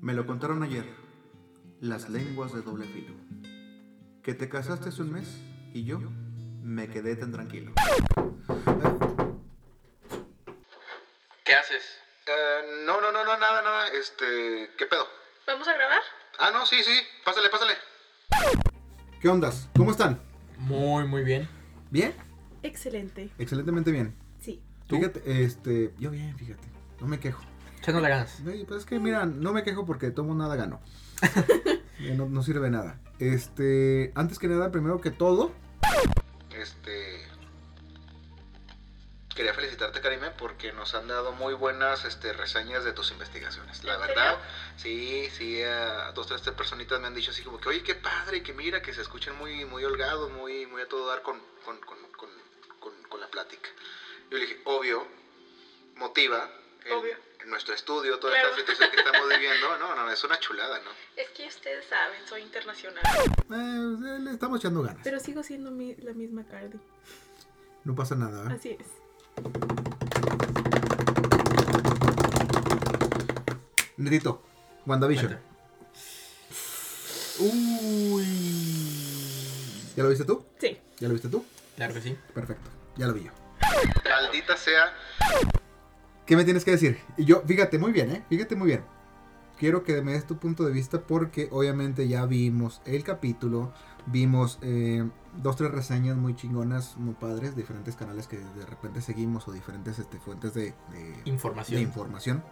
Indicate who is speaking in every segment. Speaker 1: Me lo contaron ayer, las lenguas de doble filo. Que te casaste hace un mes y yo me quedé tan tranquilo.
Speaker 2: ¿Qué haces?
Speaker 3: Eh, no, no, no, no, nada, nada. Este, ¿qué pedo?
Speaker 4: ¿Vamos a grabar?
Speaker 3: Ah, no, sí, sí. Pásale, pásale.
Speaker 1: ¿Qué ondas? ¿Cómo están?
Speaker 2: Muy, muy bien.
Speaker 1: ¿Bien?
Speaker 4: Excelente.
Speaker 1: Excelentemente bien.
Speaker 4: Sí.
Speaker 1: Fíjate, este, yo bien, fíjate. No me quejo.
Speaker 2: no la ganas.
Speaker 1: No, y pues es que, mira, no me quejo porque tomo nada gano. Eh, no, no sirve nada. Este, antes que nada, primero que todo,
Speaker 3: Este. Quería felicitarte, Karime, porque nos han dado muy buenas este, reseñas de tus investigaciones. La
Speaker 4: ¿En
Speaker 3: verdad, sí, sí, a dos, tres personitas me han dicho así como que, oye, qué padre, que mira, que se escuchan muy, muy holgado, muy, muy a todo dar con, con, con, con, con- con la plática. Yo le dije, obvio, motiva. el-
Speaker 4: Obvio.
Speaker 3: Nuestro estudio, toda
Speaker 4: Claro.
Speaker 3: esta situación que estamos viviendo, no, no, es una chulada, ¿no?
Speaker 4: Es que ustedes saben, soy internacional.
Speaker 1: eh, le estamos echando ganas.
Speaker 4: Pero sigo siendo mi- la misma Cardi.
Speaker 1: No pasa nada.
Speaker 2: Ah.
Speaker 1: ¿eh?
Speaker 4: Así es.
Speaker 1: Netito, WandaVision.
Speaker 2: Uy.
Speaker 1: ¿Ya lo viste tú?
Speaker 4: Sí.
Speaker 1: ¿Ya lo viste tú?
Speaker 2: Claro que sí.
Speaker 1: Perfecto, ya lo vi yo.
Speaker 3: Maldita sea.
Speaker 1: ¿Qué me tienes que decir? Y yo, fíjate muy bien, ¿eh? Fíjate muy bien. Quiero que me des tu punto de vista porque obviamente ya vimos el capítulo, vimos eh, dos, tres reseñas muy chingonas, muy padres, diferentes canales que de repente seguimos o diferentes este, fuentes de, de- de
Speaker 2: Información.
Speaker 1: información.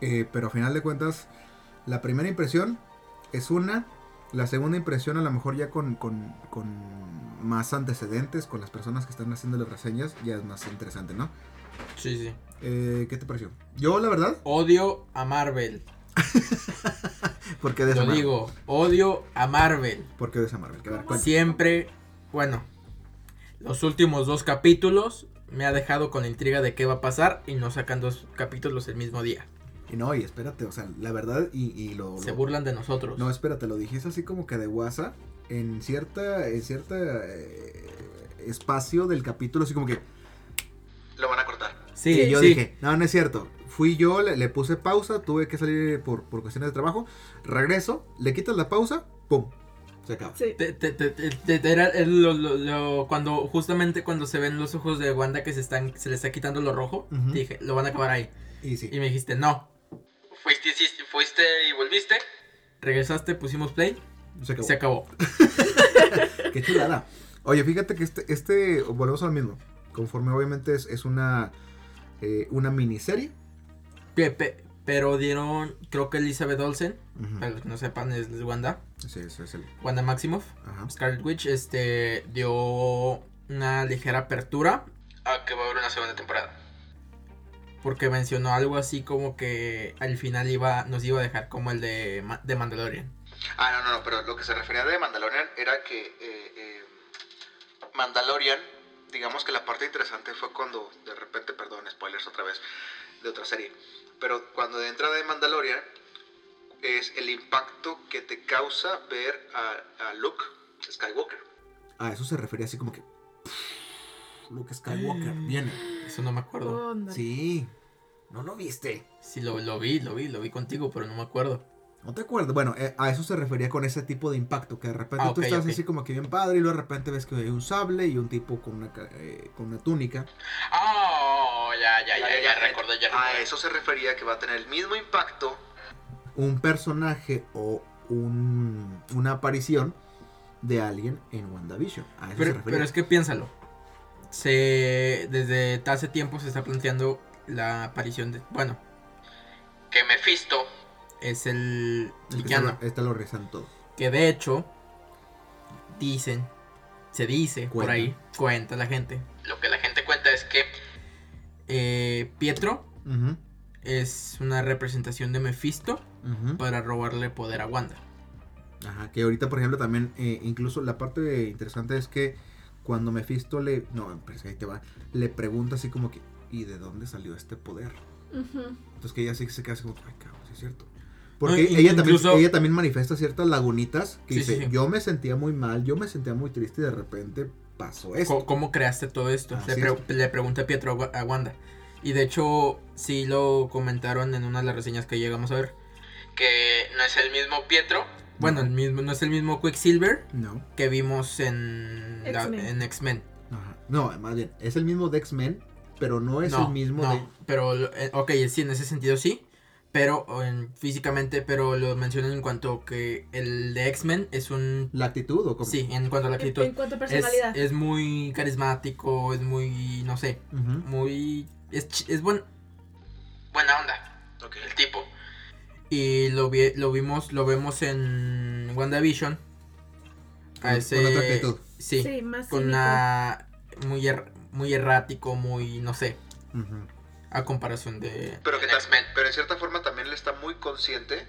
Speaker 1: Eh, pero a final de cuentas, la primera impresión es una. La segunda impresión, a lo mejor ya con, con- con más antecedentes, con las personas que están haciendo las reseñas, ya es más interesante, ¿no?
Speaker 2: Sí, sí.
Speaker 1: Eh, ¿Qué te pareció? Yo, la verdad,
Speaker 2: Odio a Marvel.
Speaker 1: porque de esa
Speaker 2: Lo
Speaker 1: Marvel.
Speaker 2: digo, odio a Marvel.
Speaker 1: Porque de esa Marvel. Que a ver,
Speaker 4: ¿Cómo?
Speaker 1: cuenta.
Speaker 2: Siempre, bueno, los últimos dos capítulos me ha dejado con la intriga de qué va a pasar y no sacan dos capítulos el mismo día.
Speaker 1: Y no, y espérate, o sea, la verdad, y, y lo,
Speaker 2: Se
Speaker 1: lo-
Speaker 2: burlan de nosotros.
Speaker 1: Oh, No, espérate, lo dijiste así como que de guasa. En cierta, en cierta eh, espacio del capítulo, así como que.
Speaker 3: Lo van a cortar.
Speaker 2: Sí,
Speaker 1: y yo
Speaker 2: sí.
Speaker 1: dije, no, no es cierto. Fui yo, le, le puse pausa, tuve que salir por, por cuestiones de trabajo. Regreso, le quitas la pausa, ¡pum! Se acaba.
Speaker 4: Sí.
Speaker 2: Te- te- te- te- te- te- era el- lo- lo- lo- cuando justamente cuando se ven los ojos de Wanda que se están se le está quitando lo rojo,
Speaker 1: Ujú.
Speaker 2: dije, lo van a acabar ahí.
Speaker 1: Y sí.
Speaker 2: Y me dijiste, "No." Fuiste hiciste- fuiste y volviste. Regresaste, pusimos play
Speaker 1: se
Speaker 2: y
Speaker 1: acabó.
Speaker 2: se acabó.
Speaker 1: Qué chulada. Oye, fíjate que este, este volvemos al mismo. Conforme obviamente es, es una, eh, una miniserie.
Speaker 2: Pe- pe- pero dieron, creo que Elizabeth Olsen,
Speaker 1: Ujú.
Speaker 2: para los que no sepan es es Wanda,
Speaker 1: Sí, eso es el.
Speaker 2: Wanda Maximoff,
Speaker 1: Ajá.
Speaker 2: Scarlet Witch, este dio una ligera apertura a Ah, que va a haber una segunda temporada. Porque mencionó algo así como que al final iba nos iba a dejar como el de, Ma- de Mandalorian.
Speaker 3: Ah, no, no, no, pero lo que se refería de Mandalorian era que eh, eh, Mandalorian, digamos que la parte interesante fue cuando, de repente, perdón, spoilers otra vez, de otra serie, pero cuando entra de Mandalorian es el impacto que te causa ver a, a Luke Skywalker.
Speaker 1: A eso se refería así como que. Luke Skywalker
Speaker 2: Mm.
Speaker 1: viene.
Speaker 2: Eso no me acuerdo.
Speaker 4: Onda.
Speaker 1: Sí. No lo viste.
Speaker 2: Sí, lo, lo vi, lo vi, lo vi contigo, pero no me acuerdo.
Speaker 1: No te acuerdas. Bueno, eh, a eso se refería con ese tipo de impacto. Que de repente
Speaker 2: Ah,
Speaker 1: tú
Speaker 2: ok,
Speaker 1: estás
Speaker 2: ok.
Speaker 1: así como que bien padre y luego de repente ves que hay un sable y un tipo con una, ca- eh, con una túnica.
Speaker 2: Oh, ya, ya,
Speaker 1: Ah,
Speaker 3: A Ah, eso se refería que va a tener el mismo impacto
Speaker 1: un personaje o un- una aparición de alguien en WandaVision. A eso se
Speaker 2: Pero,
Speaker 1: refería.
Speaker 2: pero es que piénsalo. Se, desde hace tiempo se está planteando la aparición de. Bueno. Que Mephisto es el
Speaker 1: El que
Speaker 2: villano.
Speaker 1: se lo- este lo rezan todo.
Speaker 2: Que de hecho. Dicen. Se dice por
Speaker 1: Cuenta.
Speaker 2: ahí. Cuenta la gente. Lo que la gente cuenta es que. eh, Pietro
Speaker 1: Ujú,
Speaker 2: es una representación de Mephisto.
Speaker 1: ujú.
Speaker 2: Para robarle poder a Wanda.
Speaker 1: Ajá, que ahorita, por ejemplo, también, eh, incluso la parte interesante es que cuando Mephisto le. No, pero es que ahí te va. Le pregunta así como que. ¿Y de dónde salió este poder?
Speaker 4: Ujú.
Speaker 1: Entonces que ella sí que se queda así como. Ay, cabrón, sí es cierto. Porque
Speaker 2: in-
Speaker 1: ella,
Speaker 2: incluso-
Speaker 1: también, ella también manifiesta ciertas lagunitas que
Speaker 2: Sí,
Speaker 1: dice:
Speaker 2: sí, sí.
Speaker 1: Yo me sentía muy mal, yo me sentía muy triste y de repente pasó esto.
Speaker 2: Co- ¿Cómo creaste todo esto?
Speaker 1: Así
Speaker 2: Le,
Speaker 1: es.
Speaker 2: pre- le pregunté a Pietro a Wa- a Wanda. Y de hecho, sí lo comentaron en una de las reseñas que llegamos a ver. que no es el mismo Pietro. Bueno, el mismo, no es el mismo Quicksilver
Speaker 1: No.
Speaker 2: que vimos en la-
Speaker 4: X-Men.
Speaker 2: en X-Men.
Speaker 1: Ajá. No, más bien, es el mismo de X-Men, pero no es el mismo
Speaker 2: no,
Speaker 1: de...
Speaker 2: pero, lo- eh, ok, sí, en ese sentido sí, pero o en- físicamente, pero lo mencionan en cuanto que el de X-Men es un...
Speaker 1: ¿La actitud o cómo?
Speaker 2: Sí, en cuanto a la
Speaker 4: En,
Speaker 2: actitud.
Speaker 4: en cuanto a
Speaker 2: Es,
Speaker 4: personalidad.
Speaker 2: es muy carismático, es muy, no sé,
Speaker 1: Ujú.
Speaker 2: muy... Es, ch- es buen, buena onda,
Speaker 3: Ok.
Speaker 2: el tipo. Y lo, vi- lo vimos, lo vemos en WandaVision.
Speaker 1: Con- con otra actitud.
Speaker 4: sí,
Speaker 2: Sí,
Speaker 4: más
Speaker 2: con
Speaker 4: cínico.
Speaker 2: una... Muy, er- muy errático, muy, no sé,
Speaker 1: Ujú.
Speaker 2: a comparación de...
Speaker 3: Pero, que
Speaker 2: de
Speaker 3: tal-
Speaker 2: X-Men.
Speaker 3: pero en cierta forma también le está muy consciente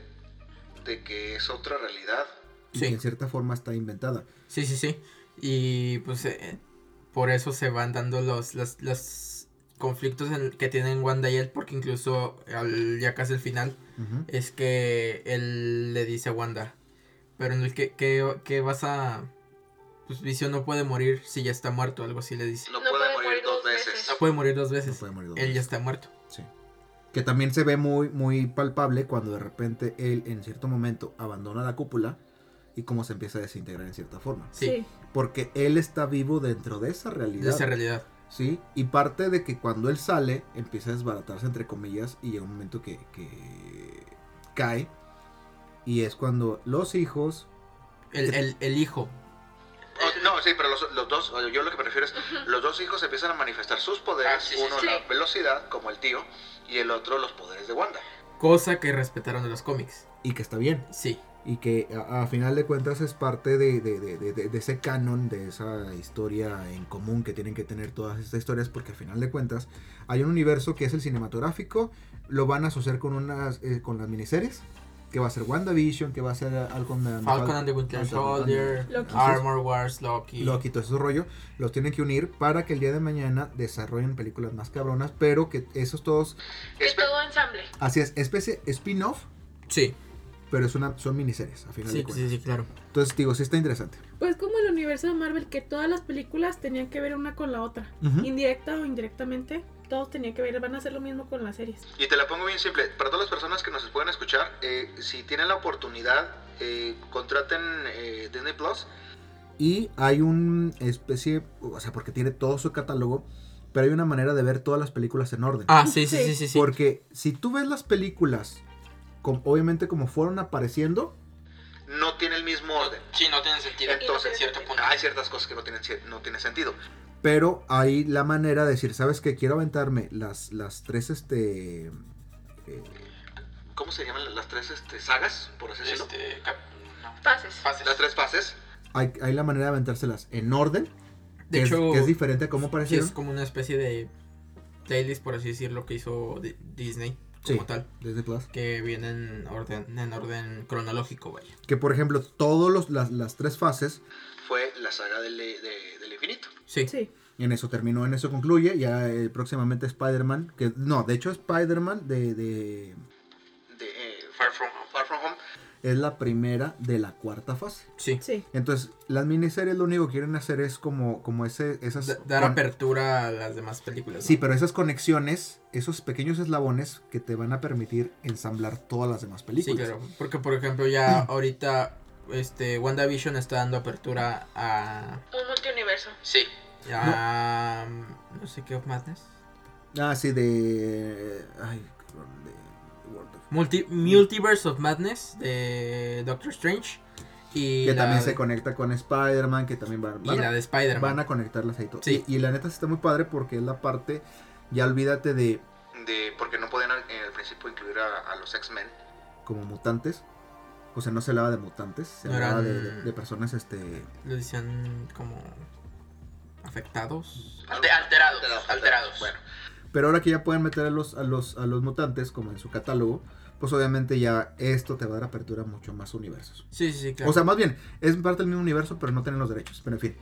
Speaker 3: de que es otra realidad.
Speaker 1: Y
Speaker 2: Sí.
Speaker 1: que en cierta forma está inventada.
Speaker 2: Sí, sí, sí. Y pues eh, por eso se van dando los, los, los conflictos en- que tienen Wanda y él, porque incluso al, ya casi el final
Speaker 1: Ujú.
Speaker 2: es que él le dice a Wanda, pero en el que, que, que vas a... Pues Visión no puede morir si ya está muerto, algo así le dice.
Speaker 3: No, puede, morir, dos veces.
Speaker 2: No puede morir dos
Speaker 1: No
Speaker 2: veces.
Speaker 1: puede morir dos
Speaker 2: él ya
Speaker 1: veces.
Speaker 2: está muerto.
Speaker 1: Sí. Que también se ve muy, muy palpable cuando de repente él en cierto momento abandona la cúpula y cómo se empieza a desintegrar en cierta forma.
Speaker 2: Sí,
Speaker 4: Sí.
Speaker 1: Porque él está vivo dentro de esa realidad.
Speaker 2: de esa realidad.
Speaker 1: Sí, y parte de que cuando él sale empieza a desbaratarse entre comillas y llega un momento que, que cae y es cuando los hijos...
Speaker 2: El, el, el hijo.
Speaker 3: Oh, no, sí, pero los, los dos, o yo lo que me refiero es, los dos hijos empiezan a manifestar sus poderes,
Speaker 2: Ah, sí, sí,
Speaker 3: uno
Speaker 5: sí.
Speaker 3: la velocidad, como el tío, y el otro los poderes de Wanda.
Speaker 2: Cosa que respetaron de los cómics.
Speaker 1: Y que está bien.
Speaker 2: Sí.
Speaker 1: Y que a, a final de cuentas es parte de, de- de- de- de- de ese canon, de esa historia en común que tienen que tener todas estas historias, porque a final de cuentas hay un universo que es el cinematográfico, lo van a asociar con unas eh, con las miniseries, que va a ser WandaVision, que va a ser algo con la-
Speaker 2: Falcon and the Winter
Speaker 1: Falcon and the-
Speaker 2: Soldier,
Speaker 4: Loki.
Speaker 2: Armor Wars, Loki.
Speaker 1: lo quitó ese rollo, los tienen que unir para que el día de mañana desarrollen películas más cabronas, pero que esos todos,
Speaker 5: Que
Speaker 3: Espe-
Speaker 5: todo ensamble.
Speaker 1: así es, especie spin-off,
Speaker 2: Sí,
Speaker 1: pero es una, son miniseries, a final
Speaker 2: sí,
Speaker 1: de cuentas.
Speaker 2: sí, sí, claro.
Speaker 1: Entonces, digo, sí está interesante.
Speaker 4: Pues como el universo de Marvel, que todas las películas tenían que ver una con la otra.
Speaker 1: Ujú.
Speaker 4: Indirecta o indirectamente, todos tenían que ver. Van a hacer lo mismo con las series.
Speaker 3: Y te la pongo bien simple. Para todas las personas que nos pueden escuchar, eh, si tienen la oportunidad, eh, contraten eh, Disney Plus.
Speaker 1: Y hay una especie, o sea, porque tiene todo su catálogo, pero hay una manera de ver todas las películas en orden.
Speaker 2: Ah, sí, sí,
Speaker 4: Sí.
Speaker 2: sí, sí, sí.
Speaker 1: Porque si tú ves las películas, com- obviamente como fueron apareciendo,
Speaker 3: No tiene el mismo orden.
Speaker 2: Sí, no tiene sentido.
Speaker 3: Entonces,
Speaker 2: en cierto punto.
Speaker 3: Hay ciertas cosas que no tienen, ci- no tienen sentido.
Speaker 1: pero hay la manera de decir, ¿sabes qué? Quiero aventarme las, las tres, este... eh,
Speaker 3: ¿Cómo se llaman las tres este, sagas, por así decirlo?
Speaker 2: Este, cap- no.
Speaker 5: Fases.
Speaker 2: Fases.
Speaker 3: Las tres fases.
Speaker 1: hay, hay la manera de aventárselas en orden,
Speaker 2: De
Speaker 1: que, es-
Speaker 2: hecho,
Speaker 1: que es, diferente a cómo
Speaker 2: sí,
Speaker 1: parecieron.
Speaker 2: es como una especie de playlist, por así decirlo, que hizo Di- Disney
Speaker 1: Sí.
Speaker 2: como tal.
Speaker 1: Disney Plus.
Speaker 2: Que viene en orden, en orden cronológico, vaya.
Speaker 1: Que por ejemplo, todas las, las tres fases,
Speaker 3: Fue la saga del, de- del infinito.
Speaker 2: Sí.
Speaker 4: Sí.
Speaker 1: en eso terminó, en eso concluye, ya eh, próximamente Spider-Man, que no, de hecho Spider-Man de, de-
Speaker 3: De, eh,
Speaker 2: Far From Home.
Speaker 3: Far From Home.
Speaker 1: es la primera de la cuarta fase.
Speaker 2: Sí.
Speaker 4: Sí.
Speaker 1: Entonces, las miniseries lo único que quieren hacer es como, como ese, esas...
Speaker 2: Da- dar
Speaker 1: con-
Speaker 2: apertura a las demás películas. ¿no?
Speaker 1: Pues, Sí, pero esas conexiones, esos pequeños eslabones que te van a permitir ensamblar todas las demás
Speaker 2: Sí,
Speaker 1: películas. Mm.
Speaker 2: claro. Porque, por ejemplo, ya ahorita este, WandaVision está dando apertura a.
Speaker 5: Un multiuniverso.
Speaker 2: Sí. A. mm, No sé qué of Madness.
Speaker 1: Ah, sí, de... Ay, cabrón, de World of-
Speaker 2: Multi- Multiverse of Madness de Doctor Strange. Y
Speaker 1: que
Speaker 2: la,
Speaker 1: también se conecta con Spider-Man, que también va- van,
Speaker 2: y la
Speaker 1: a,
Speaker 2: de Spider-Man.
Speaker 1: van a conectarlas ahí todo.
Speaker 2: Sí.
Speaker 1: Y, y la neta sí está muy padre porque es la parte, ya olvídate de
Speaker 3: De, porque no podían al, en el principio incluir a, a los X-Men.
Speaker 1: como mutantes. O sea, no se hablaba de mutantes, se
Speaker 2: No
Speaker 1: hablaba de,
Speaker 2: eran-
Speaker 1: de- de personas este
Speaker 2: Lo decían como afectados.
Speaker 3: Alte- alterados, alterados.
Speaker 2: Bueno.
Speaker 1: Pero ahora que ya pueden meter a los, a los, a los mutantes como en su catálogo, pues obviamente ya esto te va a dar apertura a mucho más universos.
Speaker 2: Sí, sí, sí, claro.
Speaker 1: O sea, más bien, es parte del mismo universo, pero no tienen los derechos. Pero en fin.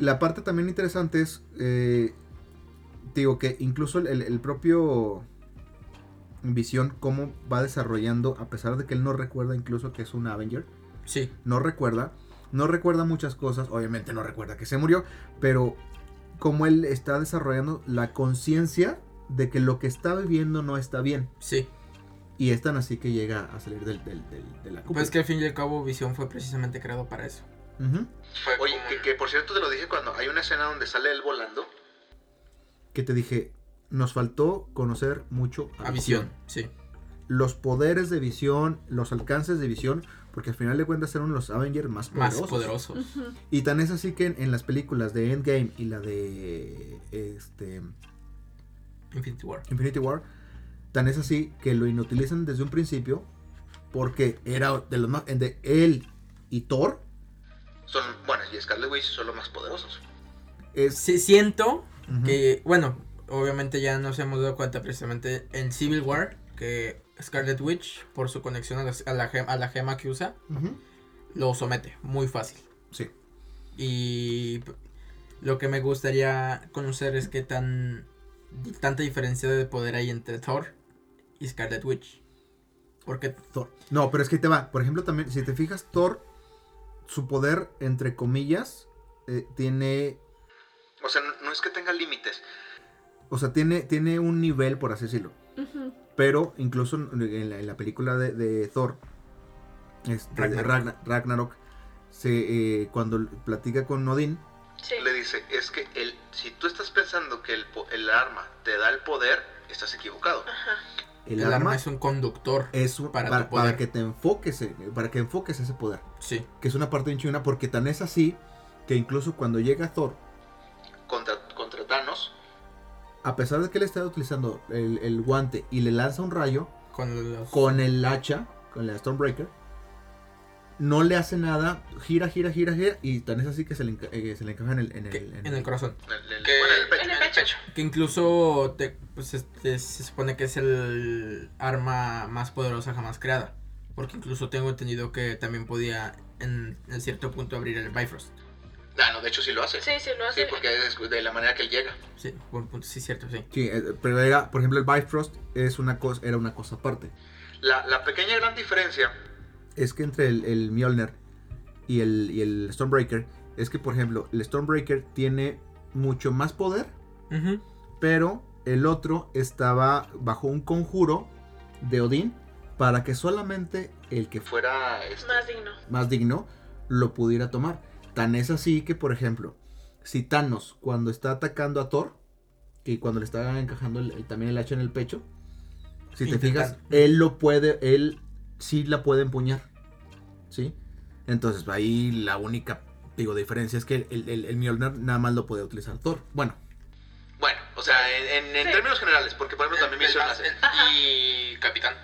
Speaker 1: La parte también interesante es, eh, digo, que incluso el, el- el propio Visión, cómo va desarrollando, a pesar de que él no recuerda incluso que es un Avenger,
Speaker 2: sí.
Speaker 1: no recuerda, no recuerda muchas cosas, obviamente no recuerda que se murió, pero cómo él está desarrollando la conciencia de que lo que está viviendo no está bien.
Speaker 2: Sí.
Speaker 1: Y es tan así que llega a salir del, del- del- de la cúpula.
Speaker 2: Pues que al fin y al cabo Visión fue precisamente creado para eso.
Speaker 1: Ujú.
Speaker 2: Fue
Speaker 3: Oye,
Speaker 2: como
Speaker 3: que,
Speaker 2: un-
Speaker 3: que por cierto te lo dije cuando hay una escena donde sale él volando.
Speaker 1: Que te dije, nos faltó conocer mucho
Speaker 2: a Visión, sí.
Speaker 1: Los poderes de visión, los alcances de visión, porque al final de cuentas era uno de los Avengers más
Speaker 2: Más
Speaker 1: poderosos.
Speaker 2: poderosos.
Speaker 4: Ujú.
Speaker 1: Y tan es así que en, en las películas de Endgame y la de este,
Speaker 2: Infinity War.
Speaker 1: Infinity War, tan es así que lo inutilizan desde un principio porque era de los más... De él y Thor.
Speaker 3: Son, bueno, y Scarlet Witch son los más poderosos.
Speaker 1: Es,
Speaker 2: Sí, siento
Speaker 1: ujú,
Speaker 2: que, bueno, obviamente ya nos hemos dado cuenta precisamente en Civil War que Scarlet Witch, por su conexión a la, a la, gem- a la gema que usa,
Speaker 1: ujú,
Speaker 2: lo somete muy fácil.
Speaker 1: Sí.
Speaker 2: Y p- lo que me gustaría conocer es qué tan tanta diferencia de poder hay entre Thor y Scarlet Witch. Porque
Speaker 1: Thor. No, pero es que ahí te va. Por ejemplo, también, si te fijas, Thor, su poder, entre comillas, eh, tiene.
Speaker 3: O sea, no, no es que tenga límites.
Speaker 1: O sea, tiene, tiene un nivel, por así decirlo.
Speaker 4: Ujú.
Speaker 1: Pero incluso en en la, en la película de, de Thor, este, de
Speaker 2: Ragnarok.
Speaker 1: Ragna- Ragnarok, se, eh, cuando platica con Odín,
Speaker 4: Sí.
Speaker 3: Le dice, es que el, si tú estás pensando que el, po- el arma te da el poder, estás equivocado.
Speaker 4: Ajá.
Speaker 1: el,
Speaker 2: el,
Speaker 1: arma,
Speaker 2: arma es un conductor.
Speaker 1: es un-
Speaker 2: para
Speaker 1: para,
Speaker 2: tu
Speaker 1: para
Speaker 2: poder.
Speaker 1: que te enfoques, en- para que enfoques ese poder.
Speaker 2: Sí.
Speaker 1: Que es una parte bien chingona, porque tan es así que incluso cuando llega Thor,
Speaker 3: Contra, contra Thanos,
Speaker 1: a pesar de que él está utilizando el, el guante y le lanza un rayo,
Speaker 2: Con los-
Speaker 1: con el hacha, con la Stormbreaker. No le hace nada, gira, gira, gira, gira, y tan es así que se le, enca- eh, se le encaja en el, en el-
Speaker 2: que-
Speaker 1: en
Speaker 2: en el corazón.
Speaker 3: el, el-
Speaker 2: Que-
Speaker 3: bueno, en el pecho,
Speaker 4: En el
Speaker 3: en el
Speaker 4: pecho.
Speaker 3: pecho.
Speaker 2: Que incluso te- pues, este, se supone que es el arma más poderosa jamás creada. Porque incluso tengo entendido que también podía en, en cierto punto abrir el Bifrost.
Speaker 3: Ah, no, de hecho sí lo hace. Sí,
Speaker 4: Sí, sí, lo hace.
Speaker 3: porque es de la manera que él llega.
Speaker 2: Sí, buen punto, sí, cierto, sí.
Speaker 1: Sí, eh, pero era, por ejemplo, el Bifrost es una cosa, era una cosa aparte.
Speaker 3: La, la pequeña gran diferencia
Speaker 1: Es que entre el, el Mjolnir y el, y el Stormbreaker, es que, por ejemplo, el Stormbreaker tiene mucho más poder,
Speaker 2: Ujú.
Speaker 1: pero el otro estaba bajo un conjuro de Odín para que solamente el que
Speaker 3: fuera... este,
Speaker 4: Más digno.
Speaker 1: más digno lo pudiera tomar. Tan es así que, por ejemplo, si Thanos, cuando está atacando a Thor, que cuando le está encajando el- el- también el hacha en el pecho, si te
Speaker 2: Intentan.
Speaker 1: fijas, él lo puede, él sí la puede empuñar. ¿Sí? Entonces, ahí la única, digo, diferencia es que el, el, el Mjolnir nada más lo puede utilizar Thor. Bueno,
Speaker 3: Bueno, o sea, en, en- en
Speaker 4: Sí.
Speaker 3: términos generales, porque por ejemplo también Visión hace.
Speaker 4: Ajá.
Speaker 3: Y Capitán.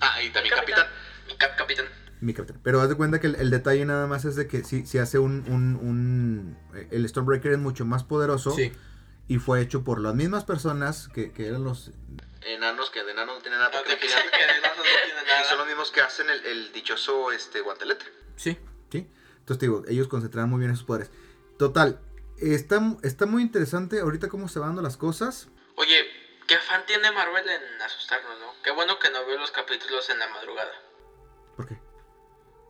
Speaker 3: Ah, y también
Speaker 4: Y Capitán.
Speaker 3: Capitán. Cap- Capitán.
Speaker 1: mi capitán. Pero haz de cuenta que el, el detalle nada más es de que si, si hace un, un, un- eh, El Stormbreaker es mucho más poderoso.
Speaker 2: Sí,
Speaker 1: y fue hecho por las mismas personas que, que eran los...
Speaker 3: Enanos que de enanos no tienen nada porque no
Speaker 2: te
Speaker 3: tienen
Speaker 2: que de enanos no tienen nada.
Speaker 3: Y son los mismos que hacen el, el dichoso este guantelete.
Speaker 2: sí.
Speaker 1: Entonces te digo, ellos concentraban muy bien esos poderes. Total, está, está muy interesante ahorita cómo se van dando las cosas.
Speaker 2: Oye, ¿qué afán tiene Marvel en asustarnos, no? Qué bueno que no veo los capítulos en la madrugada.
Speaker 1: ¿Por qué?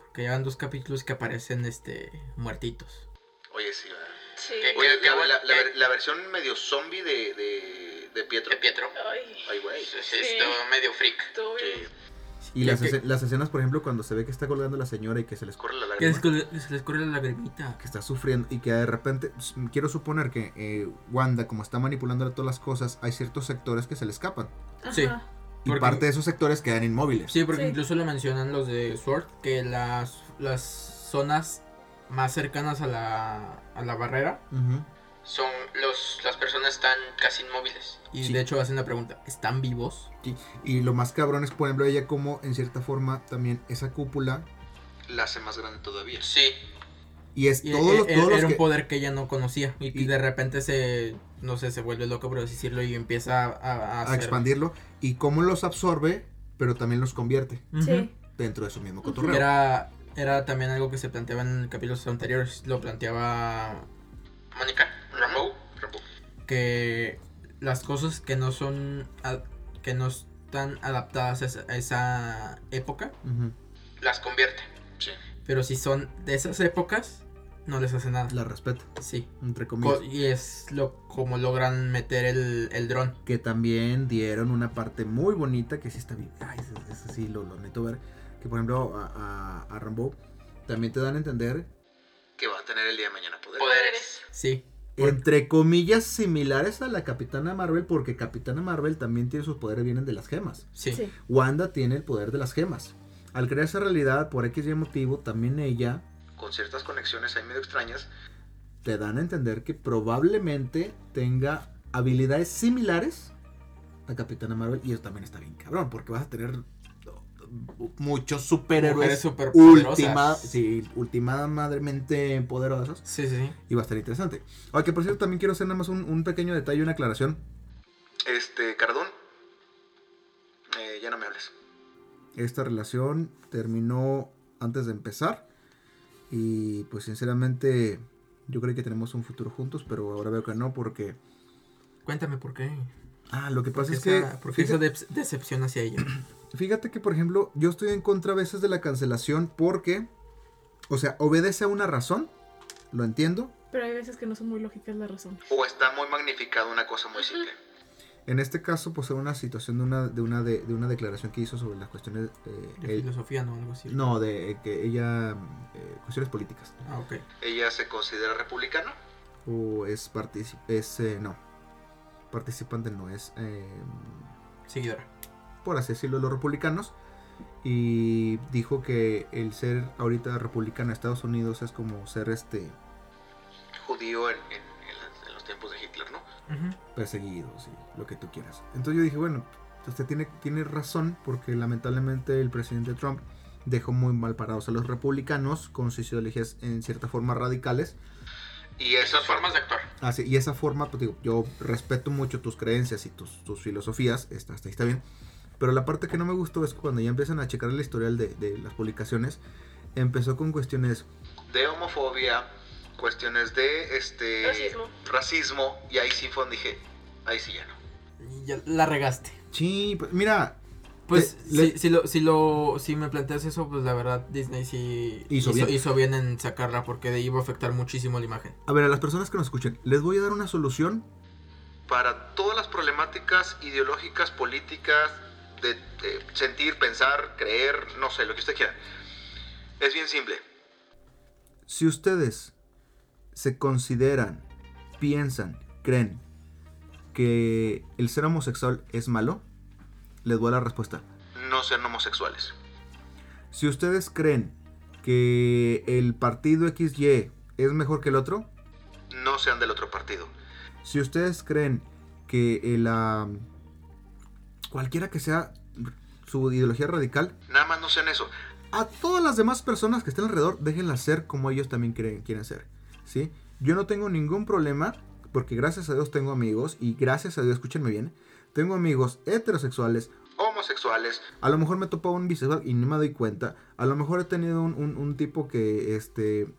Speaker 2: Porque llevan dos capítulos que aparecen este muertitos.
Speaker 3: Oye, sí, ¿verdad?
Speaker 4: Sí.
Speaker 2: ¿Qué?
Speaker 3: Oye,
Speaker 2: qué
Speaker 3: la,
Speaker 2: bueno,
Speaker 3: la- la
Speaker 2: qué-
Speaker 3: ver- la versión medio zombie de, de, de Pietro.
Speaker 2: Pietro.
Speaker 4: Ay.
Speaker 3: Ay, güey.
Speaker 4: Sí. estuvo
Speaker 2: medio freak.
Speaker 4: Tú,
Speaker 3: Sí,
Speaker 1: Y las,
Speaker 2: que,
Speaker 1: esce- las escenas, por ejemplo, cuando se ve que está colgando la señora y que se les...
Speaker 3: corre la
Speaker 2: que
Speaker 3: lágrima.
Speaker 2: les col- que se les corre la lagrimita.
Speaker 1: que está sufriendo y que de repente, s- quiero suponer que eh, Wanda, como está manipulando todas las cosas, hay ciertos sectores que se le escapan.
Speaker 4: Ajá.
Speaker 2: Sí.
Speaker 1: Y
Speaker 2: Porque-
Speaker 1: parte de esos sectores quedan inmóviles.
Speaker 2: Sí, porque
Speaker 4: Sí.
Speaker 2: incluso lo mencionan los de Sword, que las, las zonas más cercanas a la, a la barrera
Speaker 1: Ujú.
Speaker 2: son los las personas están casi inmóviles. Y
Speaker 1: Sí.
Speaker 2: de hecho hacen la pregunta, ¿están vivos?
Speaker 1: Y lo más cabrón es, por ejemplo, ella como, en cierta forma, también esa cúpula.
Speaker 3: La hace más grande todavía.
Speaker 2: Sí.
Speaker 1: Y es
Speaker 2: Y
Speaker 1: todo
Speaker 2: e-
Speaker 1: lo
Speaker 2: e-
Speaker 1: todos los
Speaker 2: era un
Speaker 1: que-
Speaker 2: poder que ella no conocía y, que
Speaker 1: Y-
Speaker 2: de repente se no sé, se vuelve loco por así decirlo y empieza a, a- a
Speaker 1: a
Speaker 2: hacer-
Speaker 1: expandirlo y cómo los absorbe, pero también los convierte
Speaker 2: Ujú.
Speaker 4: Sí.
Speaker 1: dentro de su mismo
Speaker 4: Ujú.
Speaker 1: cotorreo.
Speaker 2: Era, era también algo que se planteaba en capítulos anteriores. Lo planteaba Mónica
Speaker 3: Rambo. Rambo.
Speaker 2: Que las cosas que no son. a- que no están adaptadas a esa, a esa época.
Speaker 1: Ujú.
Speaker 2: Las convierte.
Speaker 3: Sí.
Speaker 2: Pero si son de esas épocas, no les hace nada.
Speaker 1: La respeto,
Speaker 2: Sí.
Speaker 1: entre comillas.
Speaker 2: Co- y es lo como logran meter el, el dron.
Speaker 1: que también dieron una parte muy bonita que sí está bien. Ay, eso, eso sí lo, lo necesito ver. Que por ejemplo a, a, a Rambo también te dan a entender,
Speaker 3: Que va a tener el día de mañana
Speaker 2: Pues-
Speaker 3: poder.
Speaker 5: Poderes.
Speaker 2: Sí.
Speaker 1: entre comillas, similares a la Capitana Marvel, porque Capitana Marvel también tiene sus poderes, vienen de las gemas.
Speaker 2: Sí.
Speaker 4: Sí.
Speaker 1: Wanda tiene el poder de las gemas. Al crearse realidad, por X y motivo, también ella
Speaker 3: Con ciertas conexiones ahí medio extrañas.
Speaker 1: te dan a entender que probablemente tenga habilidades similares a Capitana Marvel. Y eso también está bien cabrón, porque vas a tener uh, muchos
Speaker 2: Mujeres
Speaker 1: superhéroes
Speaker 2: súper
Speaker 1: ultima,
Speaker 2: poderosas.
Speaker 1: sí, ultimadamente poderosos.
Speaker 2: sí, sí, sí.
Speaker 1: Y va a estar interesante. Aunque por cierto, también quiero hacer nada más un, un pequeño detalle, una aclaración.
Speaker 3: Este, Cardón. eh, ya no me hables.
Speaker 1: Esta relación terminó antes de empezar. Y pues sinceramente yo creo que tenemos un futuro juntos, pero ahora veo que no porque...
Speaker 2: Cuéntame por qué.
Speaker 1: Ah, lo que
Speaker 2: ¿Por
Speaker 1: pasa
Speaker 2: qué
Speaker 1: es que...
Speaker 2: esa, por qué esa
Speaker 1: fíjate-
Speaker 2: dep- decepción hacia ella?
Speaker 1: Fíjate que, por ejemplo, yo estoy en contra a veces de la cancelación porque, o sea, obedece a una razón, lo entiendo.
Speaker 4: Pero hay veces que no son muy lógicas las razones.
Speaker 3: O está muy magnificado una cosa muy
Speaker 5: Ujú.
Speaker 3: simple.
Speaker 1: En este caso, pues era una situación de una, de una, de, de una declaración que hizo sobre las cuestiones... eh,
Speaker 2: De
Speaker 1: eh,
Speaker 2: filosofía, ¿no? Algo así.
Speaker 1: no, de eh, que ella... eh, cuestiones políticas.
Speaker 2: Ah, ok.
Speaker 3: Ella se considera republicana.
Speaker 1: O es participante... Es, eh, no. Participante no, es... eh,
Speaker 2: Seguidora.
Speaker 1: por así decirlo, los republicanos. Y dijo que el ser ahorita republicano de Estados Unidos es como ser este
Speaker 3: Judío en, en- en las- en los tiempos de Hitler, ¿no?
Speaker 2: Ujú.
Speaker 1: perseguidos y lo que tú quieras. Entonces yo dije, bueno, usted tiene, tiene razón porque lamentablemente el presidente Trump dejó muy mal parados a los republicanos con sus ideologías en cierta forma radicales.
Speaker 3: Y esas
Speaker 5: Esas
Speaker 3: formas
Speaker 5: formas de actuar.
Speaker 1: Así, y esa forma, pues digo, yo respeto mucho tus creencias y tus, tus filosofías, está, está, está bien. Pero la parte que no me gustó es cuando ya empiezan a checar el historial de, de las publicaciones, empezó con cuestiones,
Speaker 3: de homofobia, cuestiones de este
Speaker 5: Racismo.
Speaker 3: racismo, y ahí sí fue donde dije, ahí sí ya no.
Speaker 2: Y ya la regaste.
Speaker 1: sí, pues, mira,
Speaker 2: Pues
Speaker 1: Te-
Speaker 2: si,
Speaker 1: le-
Speaker 2: si lo, si lo si me planteas eso, pues la verdad Disney sí
Speaker 1: Hizo bien.
Speaker 2: bien en sacarla porque de ahí iba a afectar muchísimo la imagen.
Speaker 1: a ver, a las personas que nos escuchen, les voy a dar una solución
Speaker 3: Para todas las problemáticas ideológicas, políticas, de, de sentir, pensar, creer, no sé, lo que usted quiera. Es bien simple.
Speaker 1: Si ustedes se consideran, piensan, creen que el ser homosexual es malo, les doy la respuesta.
Speaker 3: No sean homosexuales.
Speaker 1: Si ustedes creen que el partido XY es mejor que el otro,
Speaker 3: No sean del otro partido.
Speaker 1: si ustedes creen que el, ah, cualquiera que sea su ideología radical,
Speaker 3: Nada más no sean eso.
Speaker 1: a todas las demás personas que estén alrededor, déjenlas ser como ellos también creen- quieren ser. ¿sí? Yo no tengo ningún problema, porque gracias a Dios tengo amigos, y gracias a Dios, escúchenme bien, tengo amigos heterosexuales.
Speaker 3: Homosexuales,
Speaker 1: A lo mejor me topo un bisexual y no me doy cuenta. A lo mejor he tenido un, un- un tipo que, este,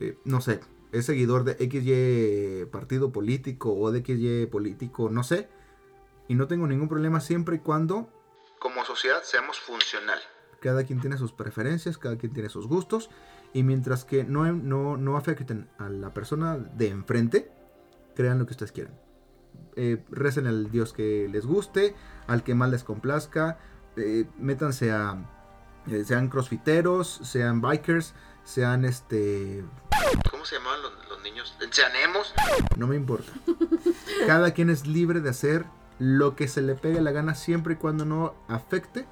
Speaker 1: eh, no sé, es seguidor de XY partido político o de XY político, no sé. Y no tengo ningún problema siempre y cuando
Speaker 3: como sociedad, seamos funcional.
Speaker 1: cada quien tiene sus preferencias, cada quien tiene sus gustos. Y mientras que no, em, no, no afecten a la persona de enfrente, crean lo que ustedes quieran. Eh, recen al Dios que les guste, al que más les complazca. eh, métanse a. eh, sean crossfiteros, sean bikers, sean este.
Speaker 3: ¿Cómo se llamaban los, los niños? Seanemos.
Speaker 1: No me importa. Cada quien es libre de hacer lo que se le pegue la gana siempre y cuando no afecte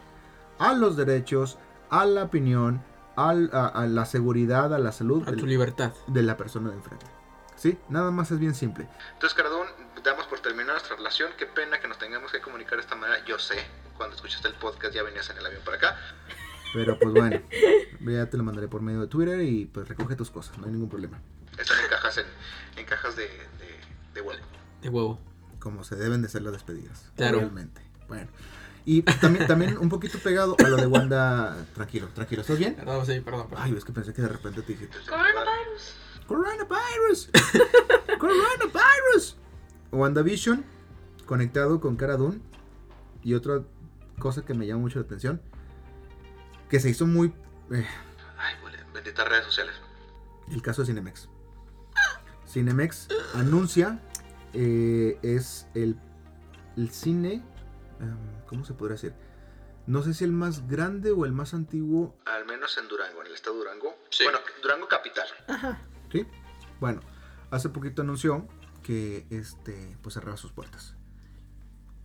Speaker 1: a los derechos, a la opinión, al- a, a la seguridad, a la salud
Speaker 2: A tu
Speaker 1: del-
Speaker 2: libertad.
Speaker 1: de la persona de enfrente. ¿Sí? Nada más es bien simple.
Speaker 3: Entonces, Cardón, damos por terminada nuestra relación. Qué pena que nos tengamos que comunicar de esta manera. Yo sé, cuando escuchaste el podcast ya venías en el avión para acá.
Speaker 1: Pero pues bueno, ya te lo mandaré por medio de Twitter y pues recoge tus cosas, no hay ningún problema.
Speaker 3: Están en cajas, en, en cajas de, de, de huevo.
Speaker 2: De huevo.
Speaker 1: como se deben de ser las despedidas.
Speaker 2: Claro.
Speaker 1: Realmente. Bueno. Y también, también un poquito pegado a lo de Wanda. Tranquilo, tranquilo. ¿Estás bien?
Speaker 2: Perdón, Ah, sí, perdón, perdón.
Speaker 1: Ay, es que pensé que de repente te dije.
Speaker 5: Coronavirus.
Speaker 1: Coronavirus. Coronavirus. WandaVision conectado con Cara Dune. Y otra cosa que me llama mucho la atención. Que se hizo muy... eh,
Speaker 3: Ay, huele, benditas redes sociales.
Speaker 1: el caso de Cinemex. Cinemex anuncia, eh, es el, el cine, em, ¿cómo se podría decir? No sé si el más grande o el más antiguo
Speaker 3: Al menos en Durango, en el estado de Durango.
Speaker 2: Sí.
Speaker 3: Bueno, Durango capital.
Speaker 4: Ajá.
Speaker 1: ¿Sí? Bueno, hace poquito anunció que este pues cerraba sus puertas.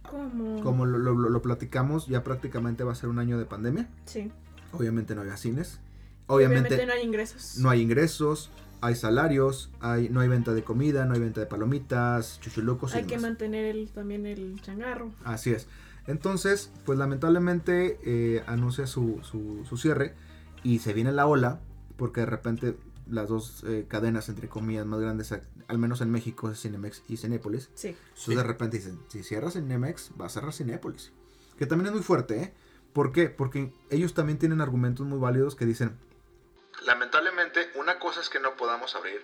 Speaker 4: Como.
Speaker 1: Como lo, lo- lo platicamos, ya prácticamente va a ser un año de pandemia.
Speaker 4: Sí.
Speaker 1: Obviamente no había cines.
Speaker 4: Obviamente,
Speaker 1: Obviamente
Speaker 4: no hay ingresos.
Speaker 1: no hay ingresos, hay salarios, hay, no hay venta de comida, no hay venta de palomitas, chuchulucos y
Speaker 4: Hay que
Speaker 1: demás.
Speaker 4: mantener el, también el changarro.
Speaker 1: Así es. Entonces, pues lamentablemente eh, anuncia su, su- su cierre y se viene la ola porque de repente las dos eh, cadenas, entre comillas, más grandes, ac- al menos en México, es Cinemex y Cinépolis.
Speaker 4: Sí.
Speaker 1: Entonces de repente dicen, si cierras Cinemex, va a cerrar Cinépolis. Que también es muy fuerte, ¿eh? ¿Por qué? Porque ellos también tienen argumentos muy válidos que dicen,
Speaker 3: Lamentablemente, una cosa es que no podamos abrir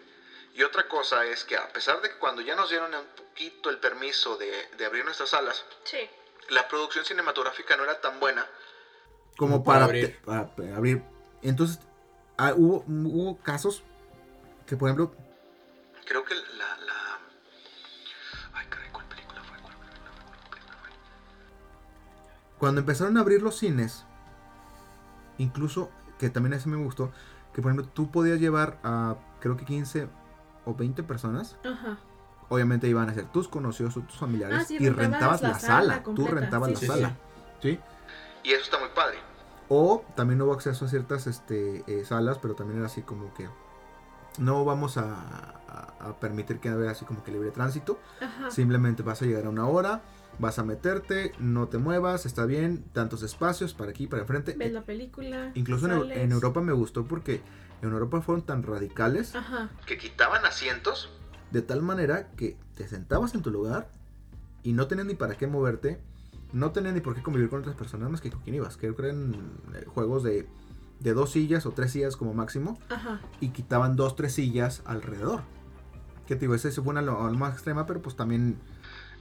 Speaker 3: y otra cosa es que a pesar de que cuando ya nos dieron un poquito el permiso de, de abrir nuestras salas,
Speaker 4: Sí.
Speaker 3: la producción cinematográfica no era tan buena.
Speaker 1: como
Speaker 2: Como para
Speaker 1: para,
Speaker 2: abrir.
Speaker 1: te- para pe- abrir. Entonces, ah, hubo, hubo casos que, por ejemplo,
Speaker 3: Creo que la... la... Ay, caray, ¿cuál película fue? ¿Cuál película fue? ¿Cuál película fue?
Speaker 1: cuando empezaron a abrir los cines, incluso, que también eso me gustó, que por ejemplo tú podías llevar a creo que 15 o 20 personas,
Speaker 4: Ajá.
Speaker 1: obviamente iban a ser tus conocidos o tus familiares,
Speaker 4: Ah, sí,
Speaker 1: y rentabas la, sala, tú
Speaker 4: completa,
Speaker 1: rentabas
Speaker 4: sí,
Speaker 1: la
Speaker 2: sí,
Speaker 1: sala, ¿sí?
Speaker 3: Y eso está muy padre.
Speaker 1: O también hubo acceso a ciertas este, eh, salas, pero también era así como que no vamos a, a- a permitir que haya así como que libre tránsito.
Speaker 4: Ajá.
Speaker 1: Simplemente vas a llegar a una hora, vas a meterte, no te muevas, está bien, tantos espacios para aquí, para enfrente.
Speaker 4: Ves la película.
Speaker 1: Incluso en, Eu-
Speaker 4: sales.
Speaker 1: en Europa me gustó porque en Europa fueron tan radicales
Speaker 4: Ajá.
Speaker 3: Que quitaban asientos
Speaker 1: de tal manera que te sentabas en tu lugar y no tenías ni para qué moverte, no tenías ni por qué convivir con otras personas más que con quien ibas. Creo que eran eh, juegos de, de dos sillas o tres sillas como máximo
Speaker 4: Ajá.
Speaker 1: y quitaban dos, tres sillas alrededor. Que te digo, ese fue una lo lo más extrema, pero pues también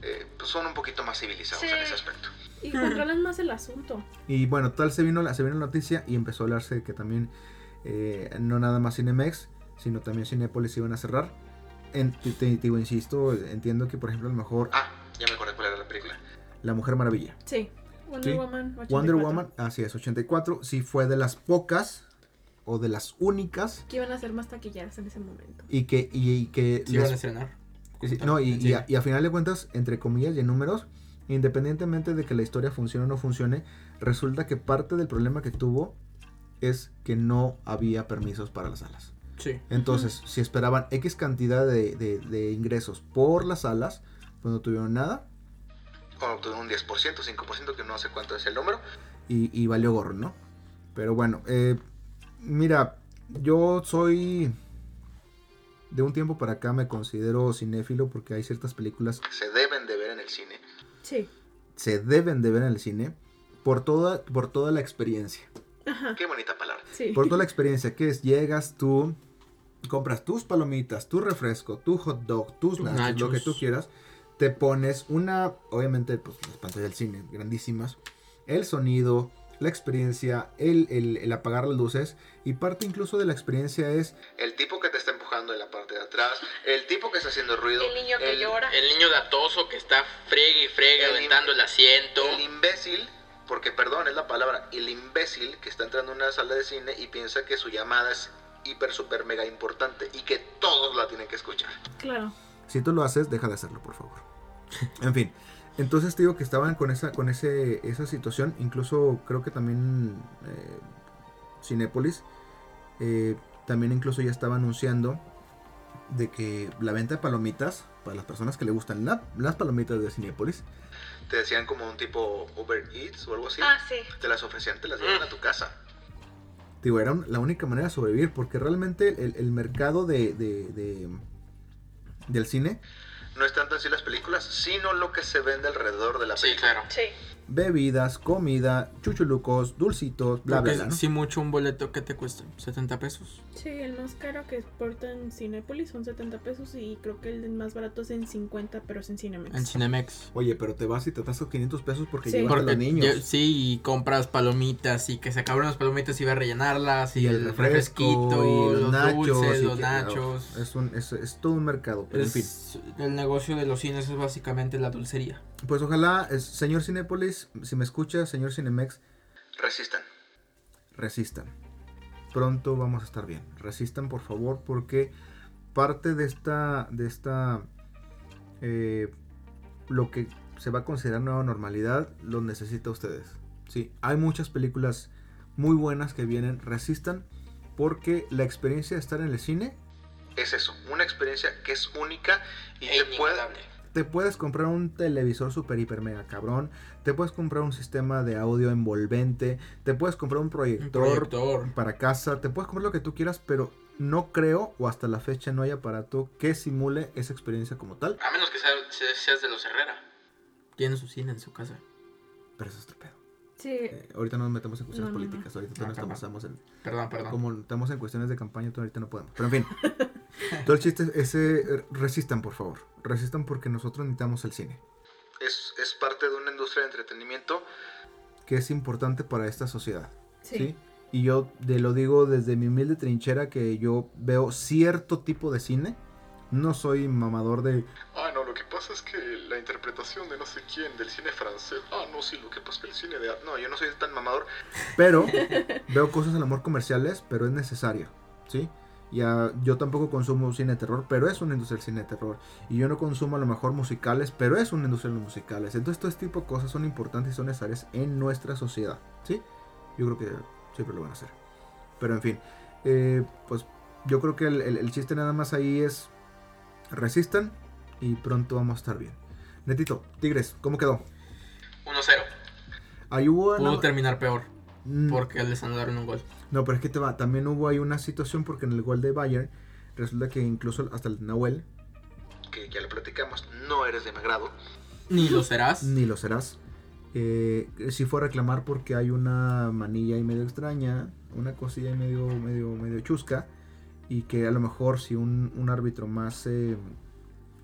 Speaker 3: eh, pues, son un poquito más civilizados
Speaker 4: Sí.
Speaker 3: en ese aspecto.
Speaker 4: Y controlan más el asunto.
Speaker 1: Y bueno, tal se vino la, se vino la noticia y empezó a hablarse de que también eh, no nada más Cinemex, sino también Cinépolis iban a cerrar. En, te, te- digo, insisto, entiendo que por ejemplo a lo mejor
Speaker 3: Ah, ya me acordé cuál era la película.
Speaker 1: La Mujer Maravilla.
Speaker 4: Sí. Wonder
Speaker 1: Sí.
Speaker 4: Woman. 84.
Speaker 1: Wonder Woman, así es, 84, sí fue de las pocas o de las únicas
Speaker 4: Que iban a ser más taquilleras en ese momento.
Speaker 1: y que... Y, y que
Speaker 2: Sí,
Speaker 1: les-
Speaker 2: van a estrenar.
Speaker 1: sí, no, y, y a, y a final de cuentas, entre comillas y en números, independientemente de que la historia funcione o no funcione, resulta que parte del problema que tuvo es que no había permisos para las salas.
Speaker 2: Sí.
Speaker 1: Entonces, si esperaban X cantidad de, de- de ingresos por las salas, pues no tuvieron nada
Speaker 3: Bueno, obtuvo un 10%, 5%, que no sé cuánto es el número.
Speaker 1: y, y valió gorro, ¿no? Pero bueno, eh, mira, yo soy... De un tiempo para acá me considero cinéfilo porque hay ciertas películas que
Speaker 3: que Se deben de ver en el cine.
Speaker 4: Sí.
Speaker 1: se deben de ver en el cine por toda, por toda la experiencia.
Speaker 4: Ajá.
Speaker 3: Qué bonita palabra.
Speaker 4: Sí.
Speaker 1: Por toda la experiencia que es, llegas tú, compras tus palomitas, tu refresco, tu hot dog, tus
Speaker 2: Tus
Speaker 1: nachos, lo
Speaker 2: nachos.
Speaker 1: que tú quieras, te pones una, obviamente, pues las pantallas del cine, grandísimas, el sonido, la experiencia, el, el- el apagar las luces y parte incluso de la experiencia es
Speaker 3: El tipo que te está empujando en la parte de atrás, el tipo que está haciendo ruido,
Speaker 4: El niño que llora.
Speaker 2: El niño datoso que está friegue y friegue
Speaker 3: El
Speaker 2: aventando el asiento.
Speaker 3: el imbécil, porque perdón, es la palabra, el imbécil que está entrando a una sala de cine y piensa que su llamada es hiper, super, mega importante y que todos la tienen que escuchar.
Speaker 4: Claro.
Speaker 1: Si tú lo haces, deja de hacerlo, por favor. En fin. Entonces te digo que estaban con esa, con ese, esa situación. Incluso creo que también eh, Cinépolis eh, también incluso ya estaba anunciando de que la venta de palomitas para las personas que le gustan la- las palomitas de Cinépolis.
Speaker 3: Te decían como un tipo Uber Eats o algo así.
Speaker 4: Ah, sí.
Speaker 3: Te las ofrecían, te las llevan
Speaker 4: Mm.
Speaker 3: a tu casa.
Speaker 1: Digo, era un- la única manera de sobrevivir porque realmente el, el mercado de, de- de- del cine
Speaker 3: No es tanto en sí las películas, sino lo que se vende alrededor de la
Speaker 2: Sí,
Speaker 3: película.
Speaker 2: claro.
Speaker 4: Sí.
Speaker 1: bebidas, comida, chuchulucos, dulcitos, bla,
Speaker 2: Creo
Speaker 1: bla,
Speaker 2: que
Speaker 1: bla. ¿no?
Speaker 2: sí mucho un boleto que te cuesta 70 pesos.
Speaker 4: Sí, el más caro que exporta en Cinépolis son 70 pesos y creo que el más barato es en 50, pero es en Cinemex.
Speaker 2: En Cinemex.
Speaker 1: Oye, pero te vas y te atascas 500 pesos porque
Speaker 4: Sí.
Speaker 1: llevas a
Speaker 2: Porque
Speaker 1: los niños.
Speaker 2: yo- sí, y compras palomitas y que se acabaron las palomitas y iba a rellenarlas y,
Speaker 1: Y
Speaker 2: el refresquito, los, dulces,
Speaker 1: y
Speaker 2: los
Speaker 1: que, claro,
Speaker 2: nachos.
Speaker 1: es, un, es, es todo un mercado, pero en fin.
Speaker 2: Es- El negocio de los cines es básicamente la dulcería.
Speaker 1: Pues ojalá, es- señor Cinépolis, si me escucha, señor Cinemex,
Speaker 3: Resistan.
Speaker 1: resistan. Pronto vamos a estar bien. Resistan, por favor, porque parte de esta, de esta, eh, lo que se va a considerar nueva normalidad, lo necesita ustedes. Sí, hay muchas películas muy buenas que vienen. Resistan, porque la experiencia de estar en el cine,
Speaker 3: Es eso, una experiencia que es única y
Speaker 2: E
Speaker 3: te puede,
Speaker 2: inigualable.
Speaker 1: te puedes comprar un televisor super hiper mega cabrón, te puedes comprar un sistema de audio envolvente, te puedes comprar un
Speaker 2: Un
Speaker 1: proyector
Speaker 2: proyector.
Speaker 1: para casa, te puedes comprar lo que tú quieras, pero no creo o hasta la fecha no hay aparato que simule esa experiencia como tal.
Speaker 2: A menos que seas de los Herrera. Tiene su cine en su casa.
Speaker 1: Pero eso es otro pedo.
Speaker 4: Sí,
Speaker 1: Eh, ahorita no nos metemos en cuestiones
Speaker 4: No, no, no.
Speaker 1: políticas, ahorita todavía no
Speaker 2: Ah, cabrón.
Speaker 1: estamos, estamos
Speaker 2: Perdón,
Speaker 1: en,
Speaker 2: perdón.
Speaker 1: como estamos en cuestiones de campaña, todavía ahorita no podemos. Pero en fin, todo el chiste es ese, eh, resistan por favor, resistan porque nosotros necesitamos el cine,
Speaker 3: es, es parte de una industria de entretenimiento.
Speaker 1: que es importante para esta sociedad.
Speaker 4: sí.
Speaker 1: ¿sí? Y yo te lo digo desde mi humilde trinchera que yo veo cierto tipo de cine. No soy mamador de...
Speaker 3: Ah, no, lo que pasa es que la interpretación de no sé quién del cine francés. Ah, no, sí, lo que pasa es que el cine de... No, yo no soy tan mamador.
Speaker 1: Pero veo cosas al amor comerciales, pero es necesario. ¿Sí? Ya, yo tampoco consumo cine de terror, pero es una industria del cine de terror. Y yo no consumo a lo mejor musicales, pero es una industria de los musicales. Entonces todo este tipo de cosas son importantes y son necesarias en nuestra sociedad. ¿Sí? Yo creo que siempre lo van a hacer. Pero en fin, eh, pues yo creo que el, el- el chiste nada más ahí es resistan y pronto vamos a estar bien. Netito, Tigres, ¿cómo quedó?
Speaker 2: 1-0.
Speaker 1: Ahí hubo...
Speaker 2: Pudo
Speaker 1: nada-
Speaker 2: terminar peor
Speaker 1: Mm,
Speaker 2: porque les anularon un gol.
Speaker 1: No, pero es que te va, también hubo ahí una situación porque en el gol de Bayern resulta que incluso hasta el Nahuel,
Speaker 3: Que ya lo platicamos, no eres de mi agrado.
Speaker 2: Ni lo serás.
Speaker 1: ni lo serás, eh, sí fue a reclamar porque hay una manilla ahí medio extraña, una cosilla ahí medio, medio, medio chusca, y que a lo mejor si un, un árbitro más, eh,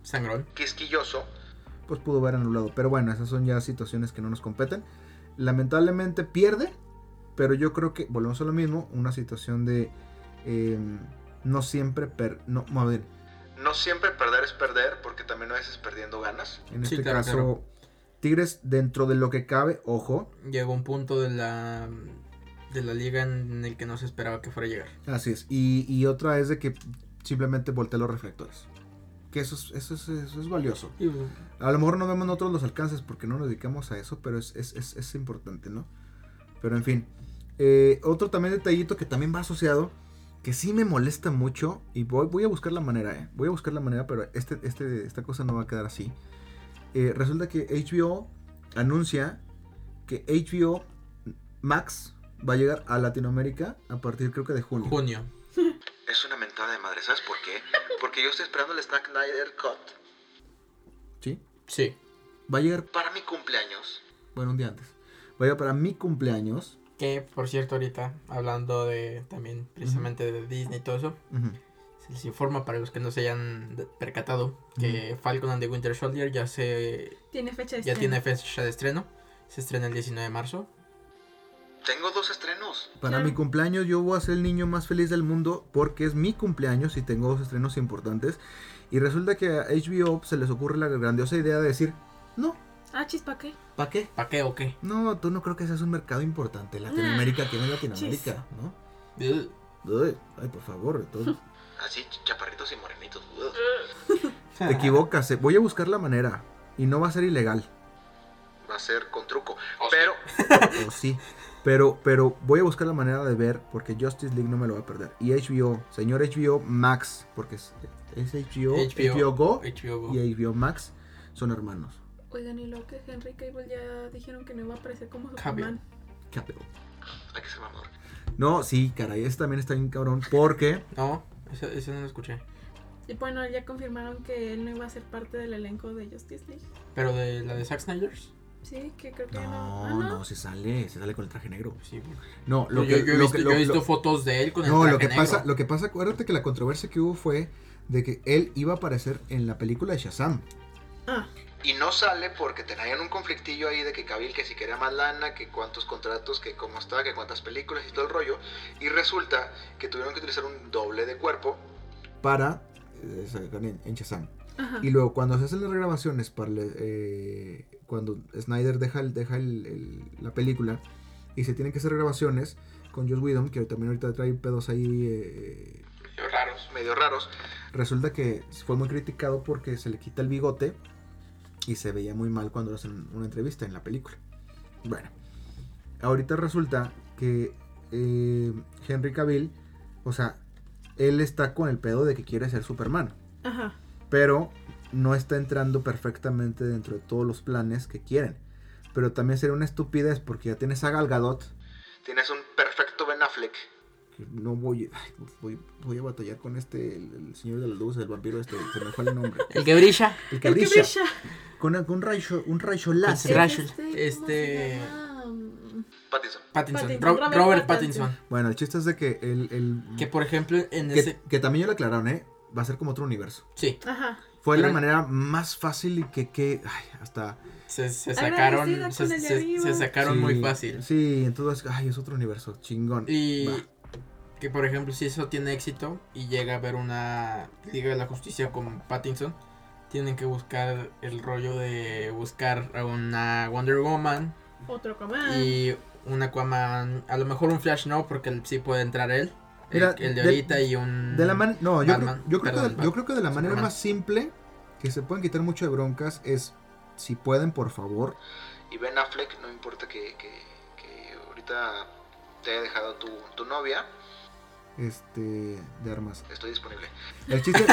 Speaker 2: Sangrón.
Speaker 3: Quisquilloso.
Speaker 1: pues pudo haber anulado. Pero bueno, esas son ya situaciones que no nos competen. Lamentablemente pierde, pero yo creo que, volvemos a lo mismo, una situación de... eh, no siempre, per, no, a ver,
Speaker 3: No siempre perder es perder, porque también a veces perdiendo ganas.
Speaker 1: En
Speaker 2: Sí,
Speaker 1: este
Speaker 2: claro,
Speaker 1: caso,
Speaker 2: claro.
Speaker 1: Tigres, dentro de lo que cabe, ojo,
Speaker 2: Llegó un punto de la de la liga en el que no se esperaba que fuera a llegar.
Speaker 1: así es. Y, y otra es de que simplemente voltea los reflectores. Que eso es, eso, es, eso es valioso.
Speaker 2: Y,
Speaker 1: A lo mejor no vemos nosotros los alcances porque no nos dedicamos a eso, pero es, es, es- es importante, ¿no? Pero en fin. Eh, otro también detallito que también va asociado, que sí me molesta mucho, y voy, voy a buscar la manera, ¿eh? Voy a buscar la manera, pero este, este, esta cosa no va a quedar así. Eh, resulta que HBO anuncia que HBO Max va a llegar a Latinoamérica a partir creo que de junio.
Speaker 2: junio.
Speaker 3: Es una mentada de madre, ¿sabes por qué? Porque yo estoy esperando el Snack Snyder Cut
Speaker 1: ¿Sí?
Speaker 2: Sí.
Speaker 1: Va a llegar,
Speaker 3: para mi cumpleaños.
Speaker 1: bueno, un día antes. Va a llegar para mi cumpleaños.
Speaker 2: Que por cierto ahorita hablando de también precisamente de Disney y todo eso,
Speaker 1: Ujú.
Speaker 2: se les informa para los que no se hayan de- percatado que Falcon and the Winter Soldier ya se
Speaker 4: Tiene fecha de
Speaker 2: ya
Speaker 4: estreno.
Speaker 2: tiene fecha de estreno. Se estrena el 19 de marzo.
Speaker 3: Tengo dos estrenos.
Speaker 1: Para
Speaker 4: Claro.
Speaker 1: mi cumpleaños yo voy a ser el niño más feliz del mundo porque es mi cumpleaños y tengo dos estrenos importantes. Y resulta que a HBO se les ocurre la grandiosa idea de decir, no,
Speaker 4: Ah, chispa, ¿qué?
Speaker 1: ¿para qué?
Speaker 2: ¿Para qué o qué?
Speaker 1: No, tú no creo que seas un mercado importante. Latinoamérica tiene Latinoamérica, ¿no?
Speaker 2: Ugh.
Speaker 1: Ay, ay, por favor, entonces,
Speaker 3: Así, chaparritos y morenitos. Ugh.
Speaker 1: te equivocas. eh. Voy a buscar la manera y no va a ser ilegal,
Speaker 3: Va a ser con truco.
Speaker 2: O sea,
Speaker 3: Pero
Speaker 1: o sí. Pero, pero voy a buscar la manera de ver porque Justice League no me lo va a perder. Y HBO, señor HBO Max, porque es, es HBO,
Speaker 2: HBO,
Speaker 1: HBO Go.
Speaker 2: HBO Go.
Speaker 1: y HBO Max son hermanos.
Speaker 4: Oigan, y lo que Henry Cable ya dijeron que no iba a aparecer como
Speaker 2: Cable.
Speaker 4: Superman.
Speaker 1: Capital.
Speaker 3: hay que ser mamador.
Speaker 1: No, sí, caray, ese también está bien cabrón. Porque
Speaker 2: No, ese, ese no lo escuché.
Speaker 4: Y bueno, ya confirmaron que él no iba a ser parte del elenco de Justice League.
Speaker 2: Pero de la de Zack Snyder.
Speaker 4: Sí, que creo que no. Ah,
Speaker 1: No, no, se sale, se sale con el traje negro.
Speaker 2: Sí, güey.
Speaker 1: No, lo
Speaker 2: yo,
Speaker 1: que,
Speaker 2: yo he
Speaker 1: lo
Speaker 2: visto,
Speaker 1: que-
Speaker 2: yo he
Speaker 1: lo-
Speaker 2: visto
Speaker 1: lo-
Speaker 2: fotos de él con el
Speaker 1: no,
Speaker 2: traje
Speaker 1: lo que
Speaker 2: negro.
Speaker 1: pasa, lo que pasa, acuérdate que la controversia que hubo fue de que él iba a aparecer en la película de Shazam.
Speaker 4: Ah,
Speaker 3: Y no sale porque tenían un conflictillo ahí de que Cabil que si quería más lana, que cuántos contratos, que cómo estaba, que cuántas películas y todo el rollo. Y resulta que tuvieron que utilizar un doble de cuerpo.
Speaker 1: para eh, sacar en, en Shazam.
Speaker 4: ajá.
Speaker 1: Y luego cuando se hacen las regrabaciones para la- eh, cuando Snyder deja, el- deja el- el- la película y se tienen que hacer grabaciones con Joss Whedon, que también ahorita trae pedos ahí, eh,
Speaker 2: Los raros.
Speaker 3: Medio raros.
Speaker 1: resulta que fue muy criticado porque se le quita el bigote y se veía muy mal cuando hacen una entrevista en la película. Bueno, ahorita resulta que eh, Henry Cavill, o sea, él está con el pedo de que quiere ser Superman
Speaker 4: Ajá.
Speaker 1: pero no está entrando perfectamente dentro de todos los planes que quieren. Pero también sería una estupidez porque ya tienes a Gal Gadot.
Speaker 3: Tienes un perfecto Ben Affleck.
Speaker 1: que No voy, ay, voy, voy a batallar con este, el, el señor de las luces, el vampiro este, se me fue el nombre.
Speaker 2: El que brilla.
Speaker 1: El que
Speaker 4: El que
Speaker 1: brilla.
Speaker 4: brilla.
Speaker 1: Con un- con un rayo, un rayo
Speaker 2: El
Speaker 1: láser.
Speaker 2: rayo.
Speaker 4: Es ¿cómo
Speaker 2: Este-
Speaker 4: se llama? Mm,
Speaker 3: Pattinson.
Speaker 2: Pattinson.
Speaker 4: Pattinson,
Speaker 2: Ro-
Speaker 4: Robert
Speaker 2: Robert
Speaker 4: Pattinson.
Speaker 2: Pattinson.
Speaker 1: Bueno, el chiste es de que el... el-
Speaker 2: Que por ejemplo en
Speaker 1: Mm. que,
Speaker 2: ese...
Speaker 1: que también ya lo aclararon, ¿eh? Va a ser como otro universo.
Speaker 2: Sí,
Speaker 4: Ajá.
Speaker 1: Fue la
Speaker 2: Pero-
Speaker 1: manera más fácil y que... que ay, hasta...
Speaker 2: se, se
Speaker 4: Agradecida
Speaker 2: sacaron, se,
Speaker 4: con el de
Speaker 2: se-
Speaker 4: arriba.
Speaker 2: se sacaron
Speaker 1: sí,
Speaker 2: muy fácil.
Speaker 1: Sí, entonces, ay, es otro universo, chingón.
Speaker 2: Y
Speaker 1: Va.
Speaker 2: que por ejemplo si eso tiene éxito y llega a haber una Liga de la Justicia con Pattinson, tienen que buscar el rollo de buscar a una Wonder Woman
Speaker 4: Otro Aquaman.
Speaker 2: y un Aquaman, a lo mejor un Flash no, porque él sí puede entrar él, el-
Speaker 1: Mira,
Speaker 2: el, de
Speaker 1: de-
Speaker 2: ahorita y un...
Speaker 1: De la man no, yo creo,
Speaker 2: Batman,
Speaker 1: yo creo que
Speaker 2: perdón,
Speaker 1: de, yo creo que de la manera
Speaker 2: Superman.
Speaker 1: más simple que se pueden quitar mucho de broncas es si pueden, por favor.
Speaker 3: Y Ben Affleck, no importa que, que- que ahorita te haya dejado tu, tu novia,
Speaker 1: Este de armas.
Speaker 3: estoy disponible.
Speaker 1: El chiste,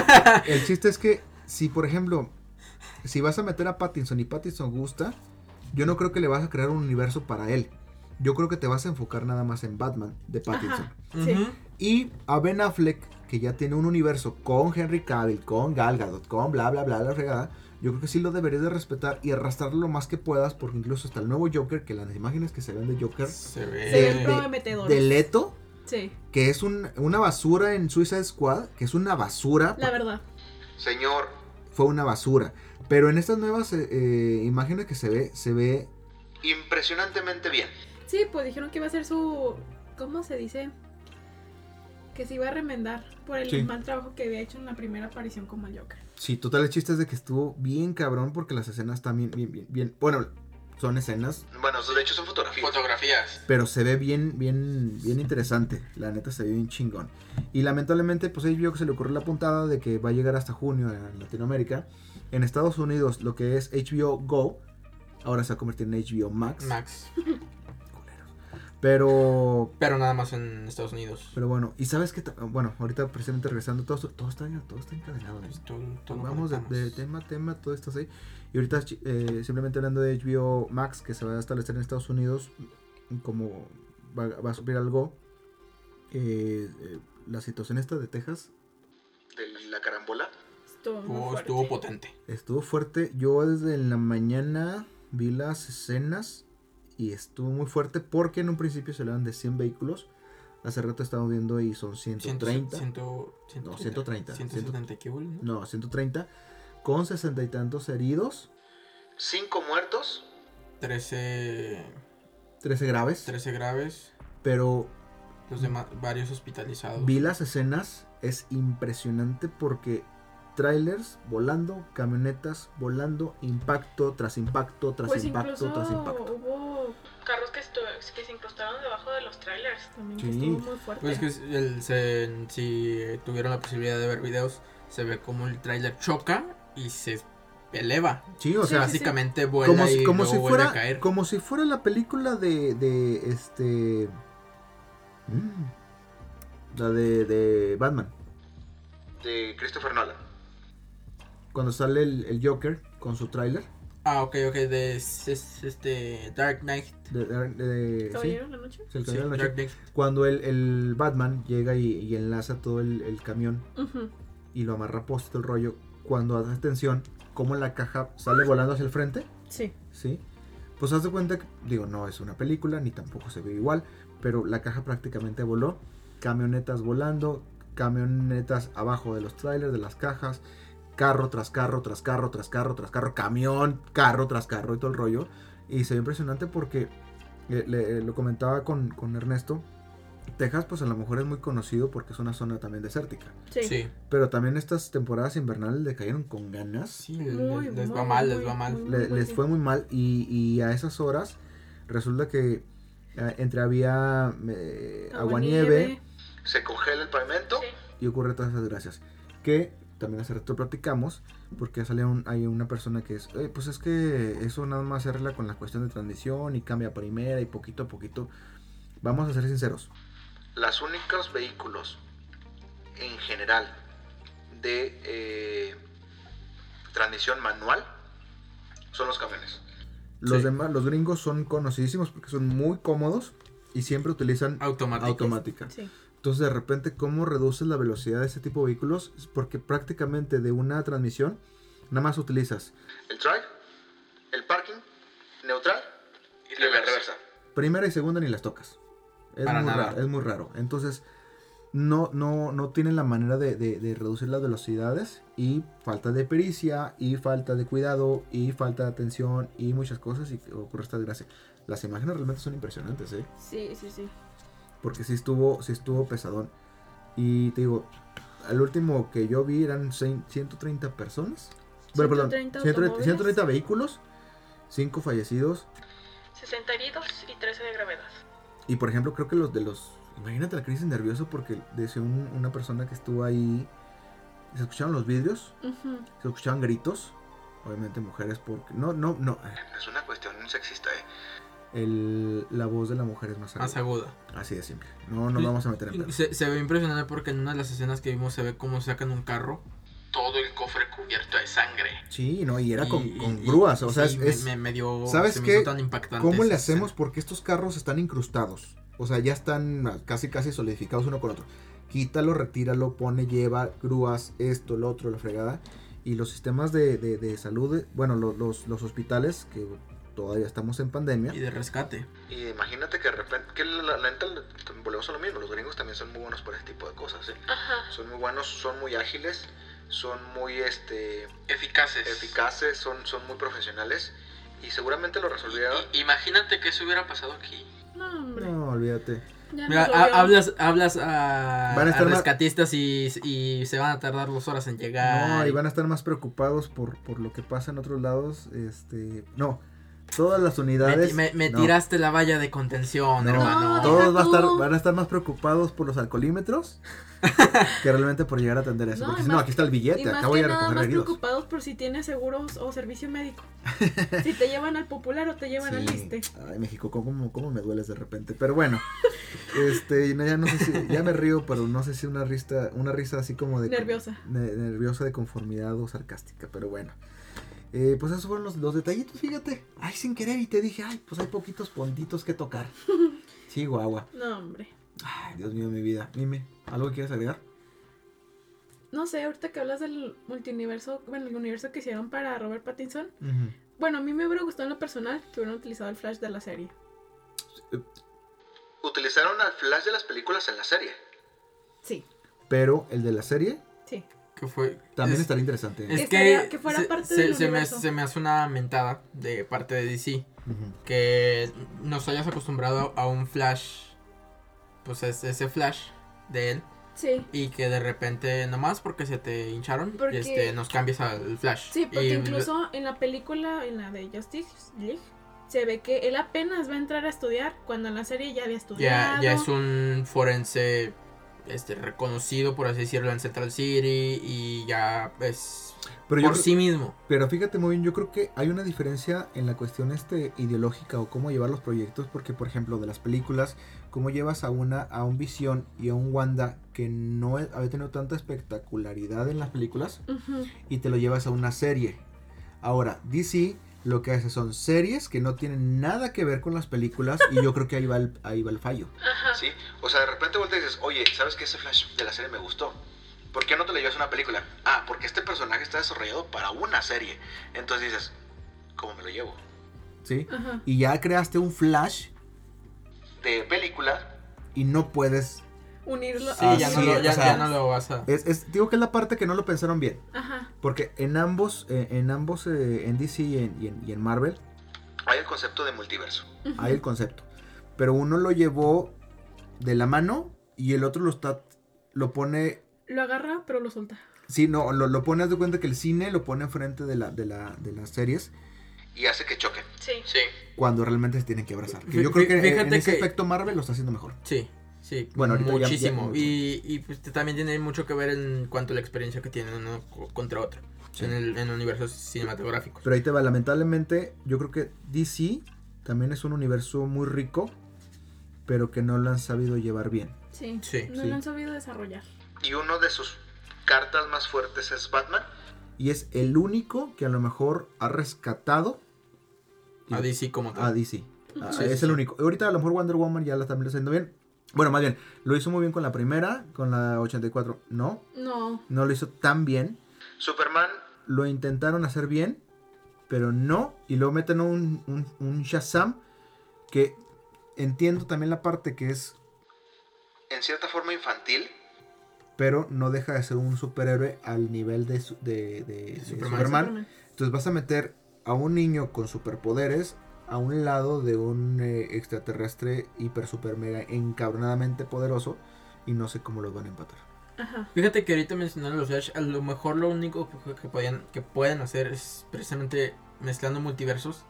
Speaker 1: el chiste es que si por ejemplo, si vas a meter a Pattinson y Pattinson gusta, yo no creo que le vas a crear un universo para él. Yo creo que te vas a enfocar nada más en Batman de Pattinson.
Speaker 4: Ajá.
Speaker 2: Ujú.
Speaker 4: Sí.
Speaker 1: Y a Ben Affleck, que ya tiene un universo con Henry Cavill, con Gal Gadot, con bla bla bla la fregada, yo creo que sí lo deberías de respetar y arrastrarlo lo más que puedas, porque incluso hasta el nuevo Joker, que las imágenes que se ven de Joker,
Speaker 2: Se
Speaker 4: Se
Speaker 1: de-
Speaker 4: ven
Speaker 2: ve...
Speaker 4: prometedores.
Speaker 1: de Leto,
Speaker 4: Sí,
Speaker 1: que es un- una basura en Suicide Squad, que es una basura,
Speaker 4: la verdad.
Speaker 3: Señor,
Speaker 1: fue una basura. Pero en estas nuevas eh, eh, imágenes que se ve, se ve
Speaker 3: impresionantemente bien.
Speaker 4: Sí, pues dijeron que iba a ser su. ¿Cómo se dice? Que se iba a remendar por el
Speaker 1: Sí.
Speaker 4: mal trabajo que había hecho en la primera aparición como el Joker.
Speaker 1: Sí, total, el chiste es de que estuvo bien cabrón porque las escenas también, bien, bien, bien, bueno, son escenas,
Speaker 3: Bueno, de hecho son fotografías.
Speaker 2: Fotografías.
Speaker 1: Pero se ve bien, bien, bien interesante. La neta se ve bien chingón. Y lamentablemente, pues ahí vio que se le ocurrió la puntada de que va a llegar hasta junio en Latinoamérica. En Estados Unidos, lo que es HBO Go, ahora se va a convertir en HBO Max.
Speaker 2: Max.
Speaker 1: Culeros. Pero,
Speaker 2: Pero nada más en Estados Unidos.
Speaker 1: pero bueno, y sabes que, bueno, ahorita precisamente regresando, todo, esto- todo, está, todo está encadenado. ¿eh?
Speaker 2: Pues todo- todo lo
Speaker 1: Vamos de, de
Speaker 2: conectamos.
Speaker 1: tema a tema, todo esto así. Y ahorita chi- eh, simplemente hablando de HBO Max, que se va a establecer en Estados Unidos, como va, va a subir algo, eh, eh, la situación esta de Texas
Speaker 3: De la carambola.
Speaker 4: Estuvo muy
Speaker 2: Estuvo,
Speaker 4: fuerte.
Speaker 2: Oh, estuvo potente.
Speaker 1: estuvo fuerte. Yo desde la mañana vi las escenas y estuvo muy fuerte porque en un principio se hablaban de 100 vehículos. Hace rato estamos viendo y son 130.
Speaker 2: 130.
Speaker 1: No, 130,
Speaker 2: 170 que hubo, ¿no?
Speaker 1: No, 130. Con sesenta y tantos heridos,
Speaker 3: Cinco muertos.
Speaker 2: 13,
Speaker 1: 13 graves,
Speaker 2: 13 graves,
Speaker 1: pero
Speaker 2: los demás, varios hospitalizados.
Speaker 1: Vi las escenas, es impresionante porque trailers volando, camionetas volando, impacto tras impacto tras
Speaker 4: Pues
Speaker 1: impacto
Speaker 4: incluso
Speaker 1: tras impacto.
Speaker 4: hubo carros que, estu- que se incrustaron debajo de los trailers. También que
Speaker 1: Sí.
Speaker 4: estuvo muy fuerte.
Speaker 2: Pues que es el- se- si tuvieron la posibilidad de ver videos, se ve como el tráiler choca y se eleva.
Speaker 1: Sí, o
Speaker 4: Sí,
Speaker 1: sea,
Speaker 4: sí, sí.
Speaker 2: Básicamente vuela
Speaker 1: como, si-
Speaker 2: y
Speaker 1: como
Speaker 2: luego
Speaker 1: si
Speaker 2: vuelve a
Speaker 1: fuera
Speaker 2: caer.
Speaker 1: como si fuera la película de, de este mm, la de, de Batman,
Speaker 3: de Christopher Nolan.
Speaker 1: cuando sale el, el Joker con su trailer
Speaker 2: Ah, ok, ok, de es- es- este Dark Knight.
Speaker 1: de, de- de- sí,
Speaker 4: ¿Caballero en la noche?
Speaker 1: es el
Speaker 2: Sí,
Speaker 1: Caballero de la
Speaker 2: Dark
Speaker 1: Noche.
Speaker 2: Knight.
Speaker 1: cuando el, el Batman llega y, y enlaza todo el- el camión
Speaker 4: Ujú.
Speaker 1: y lo amarra post el rollo. Cuando haces tensión, como la caja sale volando hacia el frente,
Speaker 4: Sí.
Speaker 1: ¿sí? Pues haz de cuenta que, digo, no es una película, ni tampoco se ve igual, pero la caja prácticamente voló. Camionetas volando, camionetas abajo de los trailers, de las cajas, carro tras carro, tras carro, tras carro, tras carro, camión, carro tras carro y todo el rollo. Y se ve impresionante porque, eh, le- eh, lo comentaba con, con Ernesto, Texas pues a lo mejor es muy conocido porque es una zona también desértica.
Speaker 4: Sí.
Speaker 2: Sí.
Speaker 1: Pero también estas temporadas invernales le cayeron con ganas.
Speaker 2: Sí,
Speaker 4: Muy,
Speaker 2: les, les va
Speaker 4: muy,
Speaker 2: mal,
Speaker 4: muy,
Speaker 2: les va mal.
Speaker 4: muy.
Speaker 1: Le- les fue muy mal y, y a esas horas resulta que eh, entre había eh, aguanieve
Speaker 3: Se congela el pavimento.
Speaker 1: y ocurre todas esas gracias. Que también hace rato platicamos porque sale un- hay una persona que es, "Eh, pues es que eso nada más se arregla con la cuestión de transmisión y cambia a primera y poquito a poquito. Vamos a ser sinceros.
Speaker 3: Las únicos vehículos en general de eh, transmisión manual son los camiones.
Speaker 1: Los
Speaker 2: Sí.
Speaker 1: demás, los gringos son conocidísimos porque son muy cómodos y siempre utilizan
Speaker 2: Automático.
Speaker 1: automática.
Speaker 4: Sí.
Speaker 1: Entonces, de repente, ¿cómo reduces la velocidad de este tipo de vehículos? Es Porque prácticamente de una transmisión, nada más utilizas
Speaker 3: El drive, el parking, neutral y, la reversa.
Speaker 1: primera y segunda ni las tocas. Es,
Speaker 2: Para
Speaker 1: muy,
Speaker 2: nada.
Speaker 1: Raro, es muy raro. Entonces, no, no, no tienen la manera de, de- de reducir las velocidades y falta de pericia y falta de cuidado y falta de atención y muchas cosas y ocurre esta desgracia. Las imágenes realmente son impresionantes, ¿eh?
Speaker 4: Sí, sí, sí.
Speaker 1: Porque sí estuvo, sí estuvo pesadón. Y te digo, al último que yo vi eran cien- 130 personas. Bueno, perdón,
Speaker 4: 130
Speaker 1: 130,
Speaker 4: automóviles.
Speaker 1: 130 vehículos, 5 fallecidos.
Speaker 4: 60 heridos y 13 de gravedad.
Speaker 1: Y por ejemplo, creo que los de los. Imagínate la crisis nerviosa porque decía un- una persona que estuvo ahí. Se escuchaban los vidrios, se escuchaban gritos. Obviamente mujeres porque. No, no, no.
Speaker 3: Es una cuestión sexista, ¿eh?
Speaker 1: El- la voz de la mujer es más
Speaker 2: Más
Speaker 1: aguda.
Speaker 2: aguda.
Speaker 1: Así de simple. No nos
Speaker 2: Y-
Speaker 1: vamos a meter en pedos.
Speaker 2: Se, se ve impresionante porque en una de las escenas que vimos se ve cómo sacan un carro. Todo el cofre cubierto de sangre.
Speaker 1: Sí, no, y era
Speaker 2: Y-
Speaker 1: con,
Speaker 2: y-
Speaker 1: con
Speaker 2: y-
Speaker 1: grúas. O sea,
Speaker 2: sí,
Speaker 1: es-
Speaker 2: me-
Speaker 1: es,
Speaker 2: me, me dio.
Speaker 1: ¿sabes
Speaker 2: se me
Speaker 1: qué?
Speaker 2: hizo tan impactante
Speaker 1: ¿Cómo le
Speaker 2: esa
Speaker 1: hacemos?
Speaker 2: escena.
Speaker 1: Porque estos carros están incrustados. O sea, ya están ah, casi casi solidificados uno con otro. Quítalo, retíralo, pone, lleva, grúas, esto, lo otro, la fregada. Y los sistemas de, de- de salud, eh, bueno, lo- los, los hospitales, que todavía estamos en pandemia.
Speaker 2: Y de rescate.
Speaker 3: Y imagínate que de repente, que la, la- la neta, volvemos a lo mismo, los gringos también son muy buenos para ese tipo de cosas, ¿eh?
Speaker 4: Ajá.
Speaker 3: Son muy buenos, son muy ágiles, son muy este
Speaker 2: Eficaces.
Speaker 3: eficaces, son, son muy profesionales y seguramente lo resolvieron.
Speaker 2: Imagínate que eso hubiera pasado aquí.
Speaker 4: No, hombre.
Speaker 1: No, olvídate.
Speaker 4: Ya
Speaker 2: Mira,
Speaker 4: nos
Speaker 2: ha-
Speaker 4: volvió.
Speaker 2: hablas, hablas a,
Speaker 1: Van a
Speaker 2: a
Speaker 1: estar más-
Speaker 2: rescatistas y, y se van a tardar dos horas en llegar.
Speaker 1: No, y van a estar más preocupados por, por lo que pasa en otros lados. Este, no, todas las
Speaker 2: Me,
Speaker 1: unidades.
Speaker 2: me- me
Speaker 1: no.
Speaker 2: tiraste la valla de contención,
Speaker 1: No,
Speaker 2: hermano.
Speaker 4: todo-
Speaker 1: Todos va a estar-
Speaker 4: tú.
Speaker 1: van a estar más preocupados por los alcoholímetros que realmente por llegar a atender eso.
Speaker 4: No,
Speaker 1: porque
Speaker 4: y
Speaker 1: dicen, no,
Speaker 4: más-
Speaker 1: aquí está el
Speaker 4: Y
Speaker 1: billete,
Speaker 4: más
Speaker 1: acá voy
Speaker 4: que
Speaker 1: a
Speaker 4: nada
Speaker 1: recoger
Speaker 4: más
Speaker 1: heridos.
Speaker 4: preocupados por si tienes seguros o servicio médico. si te llevan al popular o te llevan al
Speaker 1: Sí.
Speaker 4: liste.
Speaker 1: Ay, México, ¿cómo, cómo me dueles de repente. Pero bueno, este, no, ya no sé si, ya me río, pero no sé si una risa, una risa así como de.
Speaker 4: Nerviosa.
Speaker 1: ne- nerviosa de conformidad o sarcástica, pero bueno. Eh, pues esos fueron los, los detallitos, fíjate. Ay, sin querer, y te dije, ay, pues hay poquitos puntitos que tocar. Sí, guagua.
Speaker 4: No, hombre.
Speaker 1: Ay, Dios mío, mi vida. Dime, ¿algo que quieras agregar?
Speaker 4: No sé, ahorita que hablas del multiverso, bueno, el universo que hicieron para Robert Pattinson.
Speaker 1: Ujú.
Speaker 4: Bueno, a mí me hubiera gustado en lo personal que hubieran utilizado el flash de la serie.
Speaker 3: Utilizaron al flash de las películas en la serie.
Speaker 4: Sí,
Speaker 1: Pero el de la serie
Speaker 4: sí.
Speaker 2: Que fue,
Speaker 1: También
Speaker 2: es-
Speaker 1: estará interesante. ¿eh?
Speaker 2: es
Speaker 4: Estaría-
Speaker 2: que,
Speaker 4: que fuera
Speaker 2: se,
Speaker 4: parte
Speaker 2: se-
Speaker 4: del
Speaker 2: se me,
Speaker 4: universo.
Speaker 2: se me hace una mentada de parte de DC.
Speaker 1: Ujú.
Speaker 2: Que nos hayas acostumbrado a un flash. Pues es ese flash de él.
Speaker 4: Sí.
Speaker 2: Y que de repente, nomás porque se te hincharon,
Speaker 4: Porque-
Speaker 2: este, nos cambias al flash.
Speaker 4: Sí, porque
Speaker 2: Y-
Speaker 4: incluso en la película, en la de Justice League, se ve que él apenas va a entrar a estudiar cuando en la serie ya había
Speaker 2: ya,
Speaker 4: estudiado.
Speaker 2: ya es un forense este reconocido por así decirlo en Central City y ya es
Speaker 1: Pero, yo,
Speaker 2: por sí mismo
Speaker 1: pero fíjate muy bien, yo creo que hay una diferencia en la cuestión este, ideológica o cómo llevar los proyectos, porque por ejemplo de las películas, cómo llevas a una a un Visión y a un Wanda que no he- había tenido tanta espectacularidad en las películas
Speaker 4: Ujú.
Speaker 1: y te lo llevas a una serie. Ahora, DC lo que hace son series que no tienen nada que ver con las películas y yo creo que ahí va el, ahí va el fallo.
Speaker 3: ¿Sí? O sea, de repente vuelta y dices, oye, ¿sabes qué? Ese flash de la serie me gustó. ¿Por qué no te lo llevas a una película? Ah, porque este personaje está desarrollado para una serie. Entonces dices, ¿cómo me lo llevo?
Speaker 1: ¿sí?
Speaker 4: Ajá.
Speaker 1: Y ya creaste un flash
Speaker 3: de películas.
Speaker 1: y no puedes.
Speaker 4: Unirlo.
Speaker 2: Sí, ya, no
Speaker 1: Así
Speaker 2: lo,
Speaker 1: es,
Speaker 2: ya-
Speaker 1: o sea,
Speaker 2: ya no lo vas a.
Speaker 1: Es, es- digo que es la parte que no lo pensaron bien.
Speaker 4: Ajá.
Speaker 1: Porque en ambos, eh, en ambos, eh, en DC y en, y en- y en Marvel,
Speaker 3: Hay el concepto de multiverso.
Speaker 4: Ujú.
Speaker 1: hay el concepto. Pero uno lo llevó de la mano y el otro lo está. lo pone.
Speaker 4: Lo agarra, pero lo suelta.
Speaker 1: Sí, no, lo, lo pone, haz de cuenta que el cine lo pone enfrente de la, de la, de las series
Speaker 3: Y hace que choquen.
Speaker 4: Sí.
Speaker 2: Sí,
Speaker 1: cuando realmente se tienen que abrazar. Que
Speaker 2: Fí-
Speaker 1: yo creo que en- en
Speaker 2: fíjate
Speaker 1: ese
Speaker 2: que-
Speaker 1: aspecto Marvel lo está haciendo mejor.
Speaker 2: sí, sí.
Speaker 1: Bueno, ahorita ya- ya
Speaker 2: muchísimo.
Speaker 1: mucho.
Speaker 2: y y pues, te- también tiene mucho que ver en cuanto a la experiencia que tienen uno co- contra otro
Speaker 1: Sí.
Speaker 2: en, el, en universos cinematográficos.
Speaker 1: Pero ahí te va, lamentablemente, yo creo que DC también es un universo muy rico, pero que no lo han sabido llevar bien.
Speaker 4: Sí.
Speaker 2: Sí.
Speaker 4: No
Speaker 1: Sí.
Speaker 4: lo han sabido desarrollar.
Speaker 3: Y uno de sus cartas más fuertes es Batman.
Speaker 1: Y es el único que a lo mejor ha rescatado
Speaker 2: A DC como
Speaker 1: a
Speaker 2: tal.
Speaker 1: DC. Ah,
Speaker 2: Sí,
Speaker 1: es
Speaker 2: sí,
Speaker 1: el
Speaker 2: sí.
Speaker 1: único. Ahorita a lo mejor Wonder Woman ya la está haciendo bien. Bueno, más bien, lo hizo muy bien con la primera, con la 84. No,
Speaker 4: No.
Speaker 1: no lo hizo tan bien.
Speaker 3: Superman,
Speaker 1: Lo intentaron hacer bien, pero no. Y luego meten un, un, un Shazam que entiendo también la parte que es
Speaker 3: en cierta forma infantil,
Speaker 1: pero no deja de ser un superhéroe al nivel de, su- de- de- de
Speaker 2: Superman.
Speaker 1: Superman. Entonces vas a meter a un niño con superpoderes a un lado de un eh, extraterrestre hiper super mega encabronadamente poderoso y no sé cómo los van a empatar.
Speaker 4: Ajá.
Speaker 2: Fíjate que ahorita mencionaron los Flash, a lo mejor lo único que, que podían, que pueden hacer es precisamente mezclando multiversos,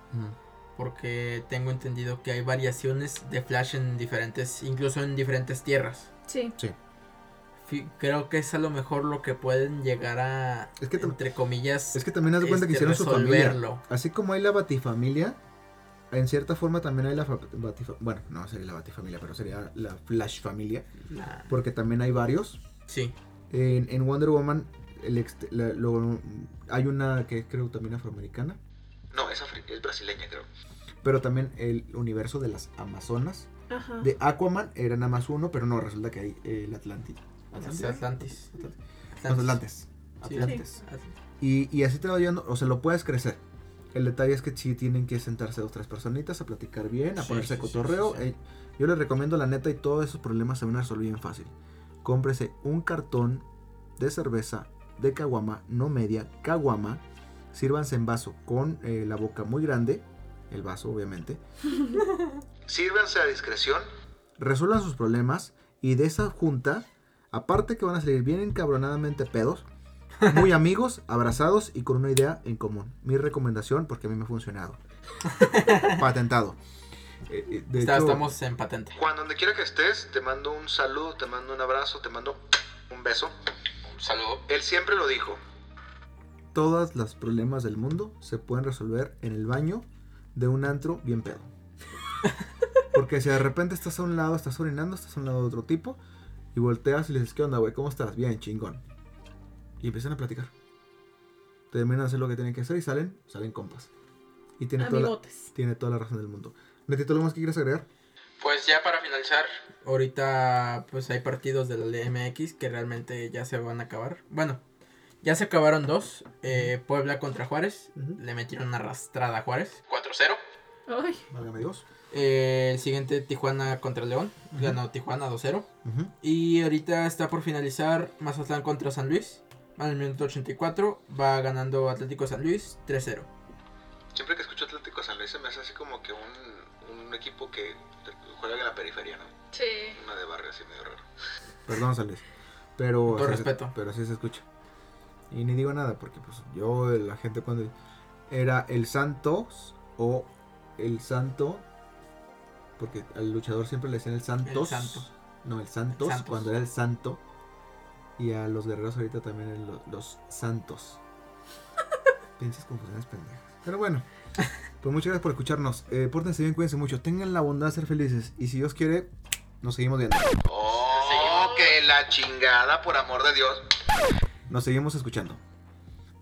Speaker 2: porque tengo entendido que hay variaciones de Flash en diferentes, incluso en diferentes tierras.
Speaker 4: Sí.
Speaker 2: Fi- Creo que es a lo mejor lo que pueden llegar a,
Speaker 1: Es que tam-
Speaker 2: entre comillas,
Speaker 1: Es que también haz de cuenta que
Speaker 2: este,
Speaker 1: hicieron su familia.
Speaker 2: resolverlo.
Speaker 1: Así como hay la batifamilia, en cierta forma también hay la batifamilia. Bueno, no sería la batifamilia, pero sería la flash familia.
Speaker 2: La-
Speaker 1: Porque también hay varios.
Speaker 2: sí,
Speaker 1: En, en Wonder Woman el ext- la- lo- hay una que es, creo también afroamericana.
Speaker 3: no, es, afri- es brasileña, creo.
Speaker 1: pero también el universo de las Amazonas.
Speaker 4: Ajá.
Speaker 1: De Aquaman era nada más uno, pero no, resulta que hay eh, el Atlantis.
Speaker 2: Atlantis. Atlantis.
Speaker 1: Los Atlantes.
Speaker 2: Sí,
Speaker 1: Atlantes.
Speaker 2: Atlantis.
Speaker 1: Y, y así te va llevando, o sea, lo puedes crecer. El detalle es que sí tienen que sentarse dos, tres personitas a platicar bien, a
Speaker 2: Sí,
Speaker 1: ponerse
Speaker 2: sí,
Speaker 1: cotorreo.
Speaker 2: sí, sí, sí.
Speaker 1: Eh, yo les recomiendo la neta y todos esos problemas se van a resolver bien fácil. Cómprese un cartón de cerveza de caguama, no media, caguama. Sírvanse en vaso con eh, la boca muy grande, el vaso obviamente.
Speaker 3: Sírvanse a discreción.
Speaker 1: resuelvan sus problemas y de esa junta, aparte que van a salir bien encabronadamente pedos, muy amigos, abrazados y con una idea en común. Mi recomendación, porque a mí me ha funcionado. Patentado. Eh, eh, de
Speaker 2: Está-
Speaker 1: hecho,
Speaker 2: estamos en patente.
Speaker 3: Juan, donde quiera que estés, te mando un saludo, te mando un abrazo, te mando un beso.
Speaker 2: Saludo.
Speaker 3: Él siempre lo dijo.
Speaker 1: Todas las problemas del mundo se pueden resolver en el baño de un antro bien pedo. Porque si de repente estás a un lado, estás orinando, estás a un lado de otro tipo, y volteas y le dices, ¿qué onda, güey? ¿Cómo estás? Bien, chingón. Y empiezan a platicar. Terminan de hacer lo que tienen que hacer y salen, salen compas. Y tiene, toda la,
Speaker 4: Amigotes.
Speaker 1: tiene toda la razón del mundo. Netito, ¿lo más que quieres agregar?
Speaker 2: Pues ya para finalizar, ahorita pues hay partidos de la Liga MX que realmente ya se van a acabar. Bueno, ya se acabaron dos. eh, Puebla contra Juárez.
Speaker 1: Ujú.
Speaker 2: Le metieron una arrastrada a Juárez. 4-0.
Speaker 4: Ay.
Speaker 1: Válgame Dios.
Speaker 2: Eh, el siguiente Tijuana contra León.
Speaker 1: Ujú.
Speaker 2: Ganó Tijuana 2-0.
Speaker 1: Ujú.
Speaker 2: Y ahorita está por finalizar Mazatlán contra San Luis. Al minuto 84 va ganando Atlético San Luis 3-0.
Speaker 3: Siempre que escucho Atlético San Luis se me hace así como que un, un equipo que juega en la periferia, ¿no?
Speaker 4: Sí.
Speaker 3: Una de barrio así medio raro.
Speaker 1: Perdón, San Luis. Pero.
Speaker 2: Con todo
Speaker 1: así se-
Speaker 2: respeto.
Speaker 1: pero así se escucha. Y ni digo nada, porque pues yo, la gente cuando. Era el Santos o el Santo. Porque al luchador siempre le decían el Santos.
Speaker 2: El Santo.
Speaker 1: No, el Santos,
Speaker 2: El Santos.
Speaker 1: cuando era el Santo. Y a los guerreros ahorita también eran lo- los, Santos. Pinches confusiones pendejas. Pero bueno. Pues muchas gracias por escucharnos. Eh, pórtense bien, cuídense mucho. Tengan la bondad de ser felices. Y si Dios quiere, nos seguimos viendo.
Speaker 3: ¡Oh, que la chingada, por amor de Dios!
Speaker 1: Nos seguimos escuchando.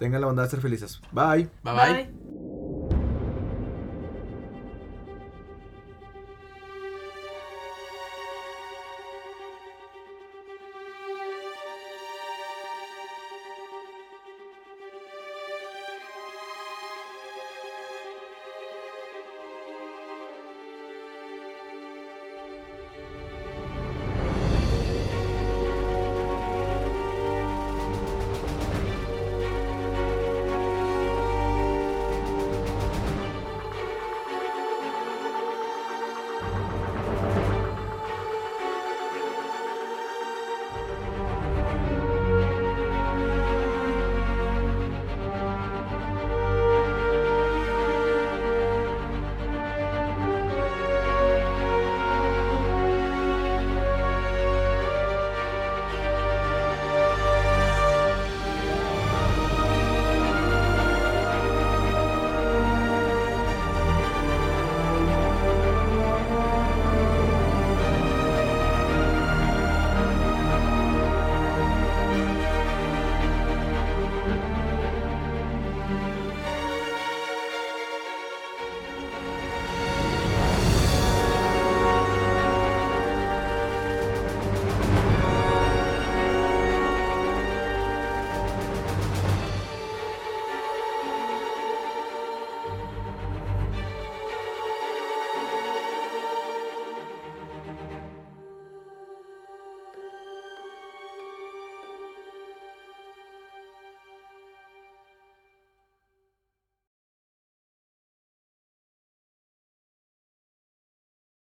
Speaker 1: Tengan la bondad de ser felices. Bye.
Speaker 2: bye. bye.
Speaker 4: bye.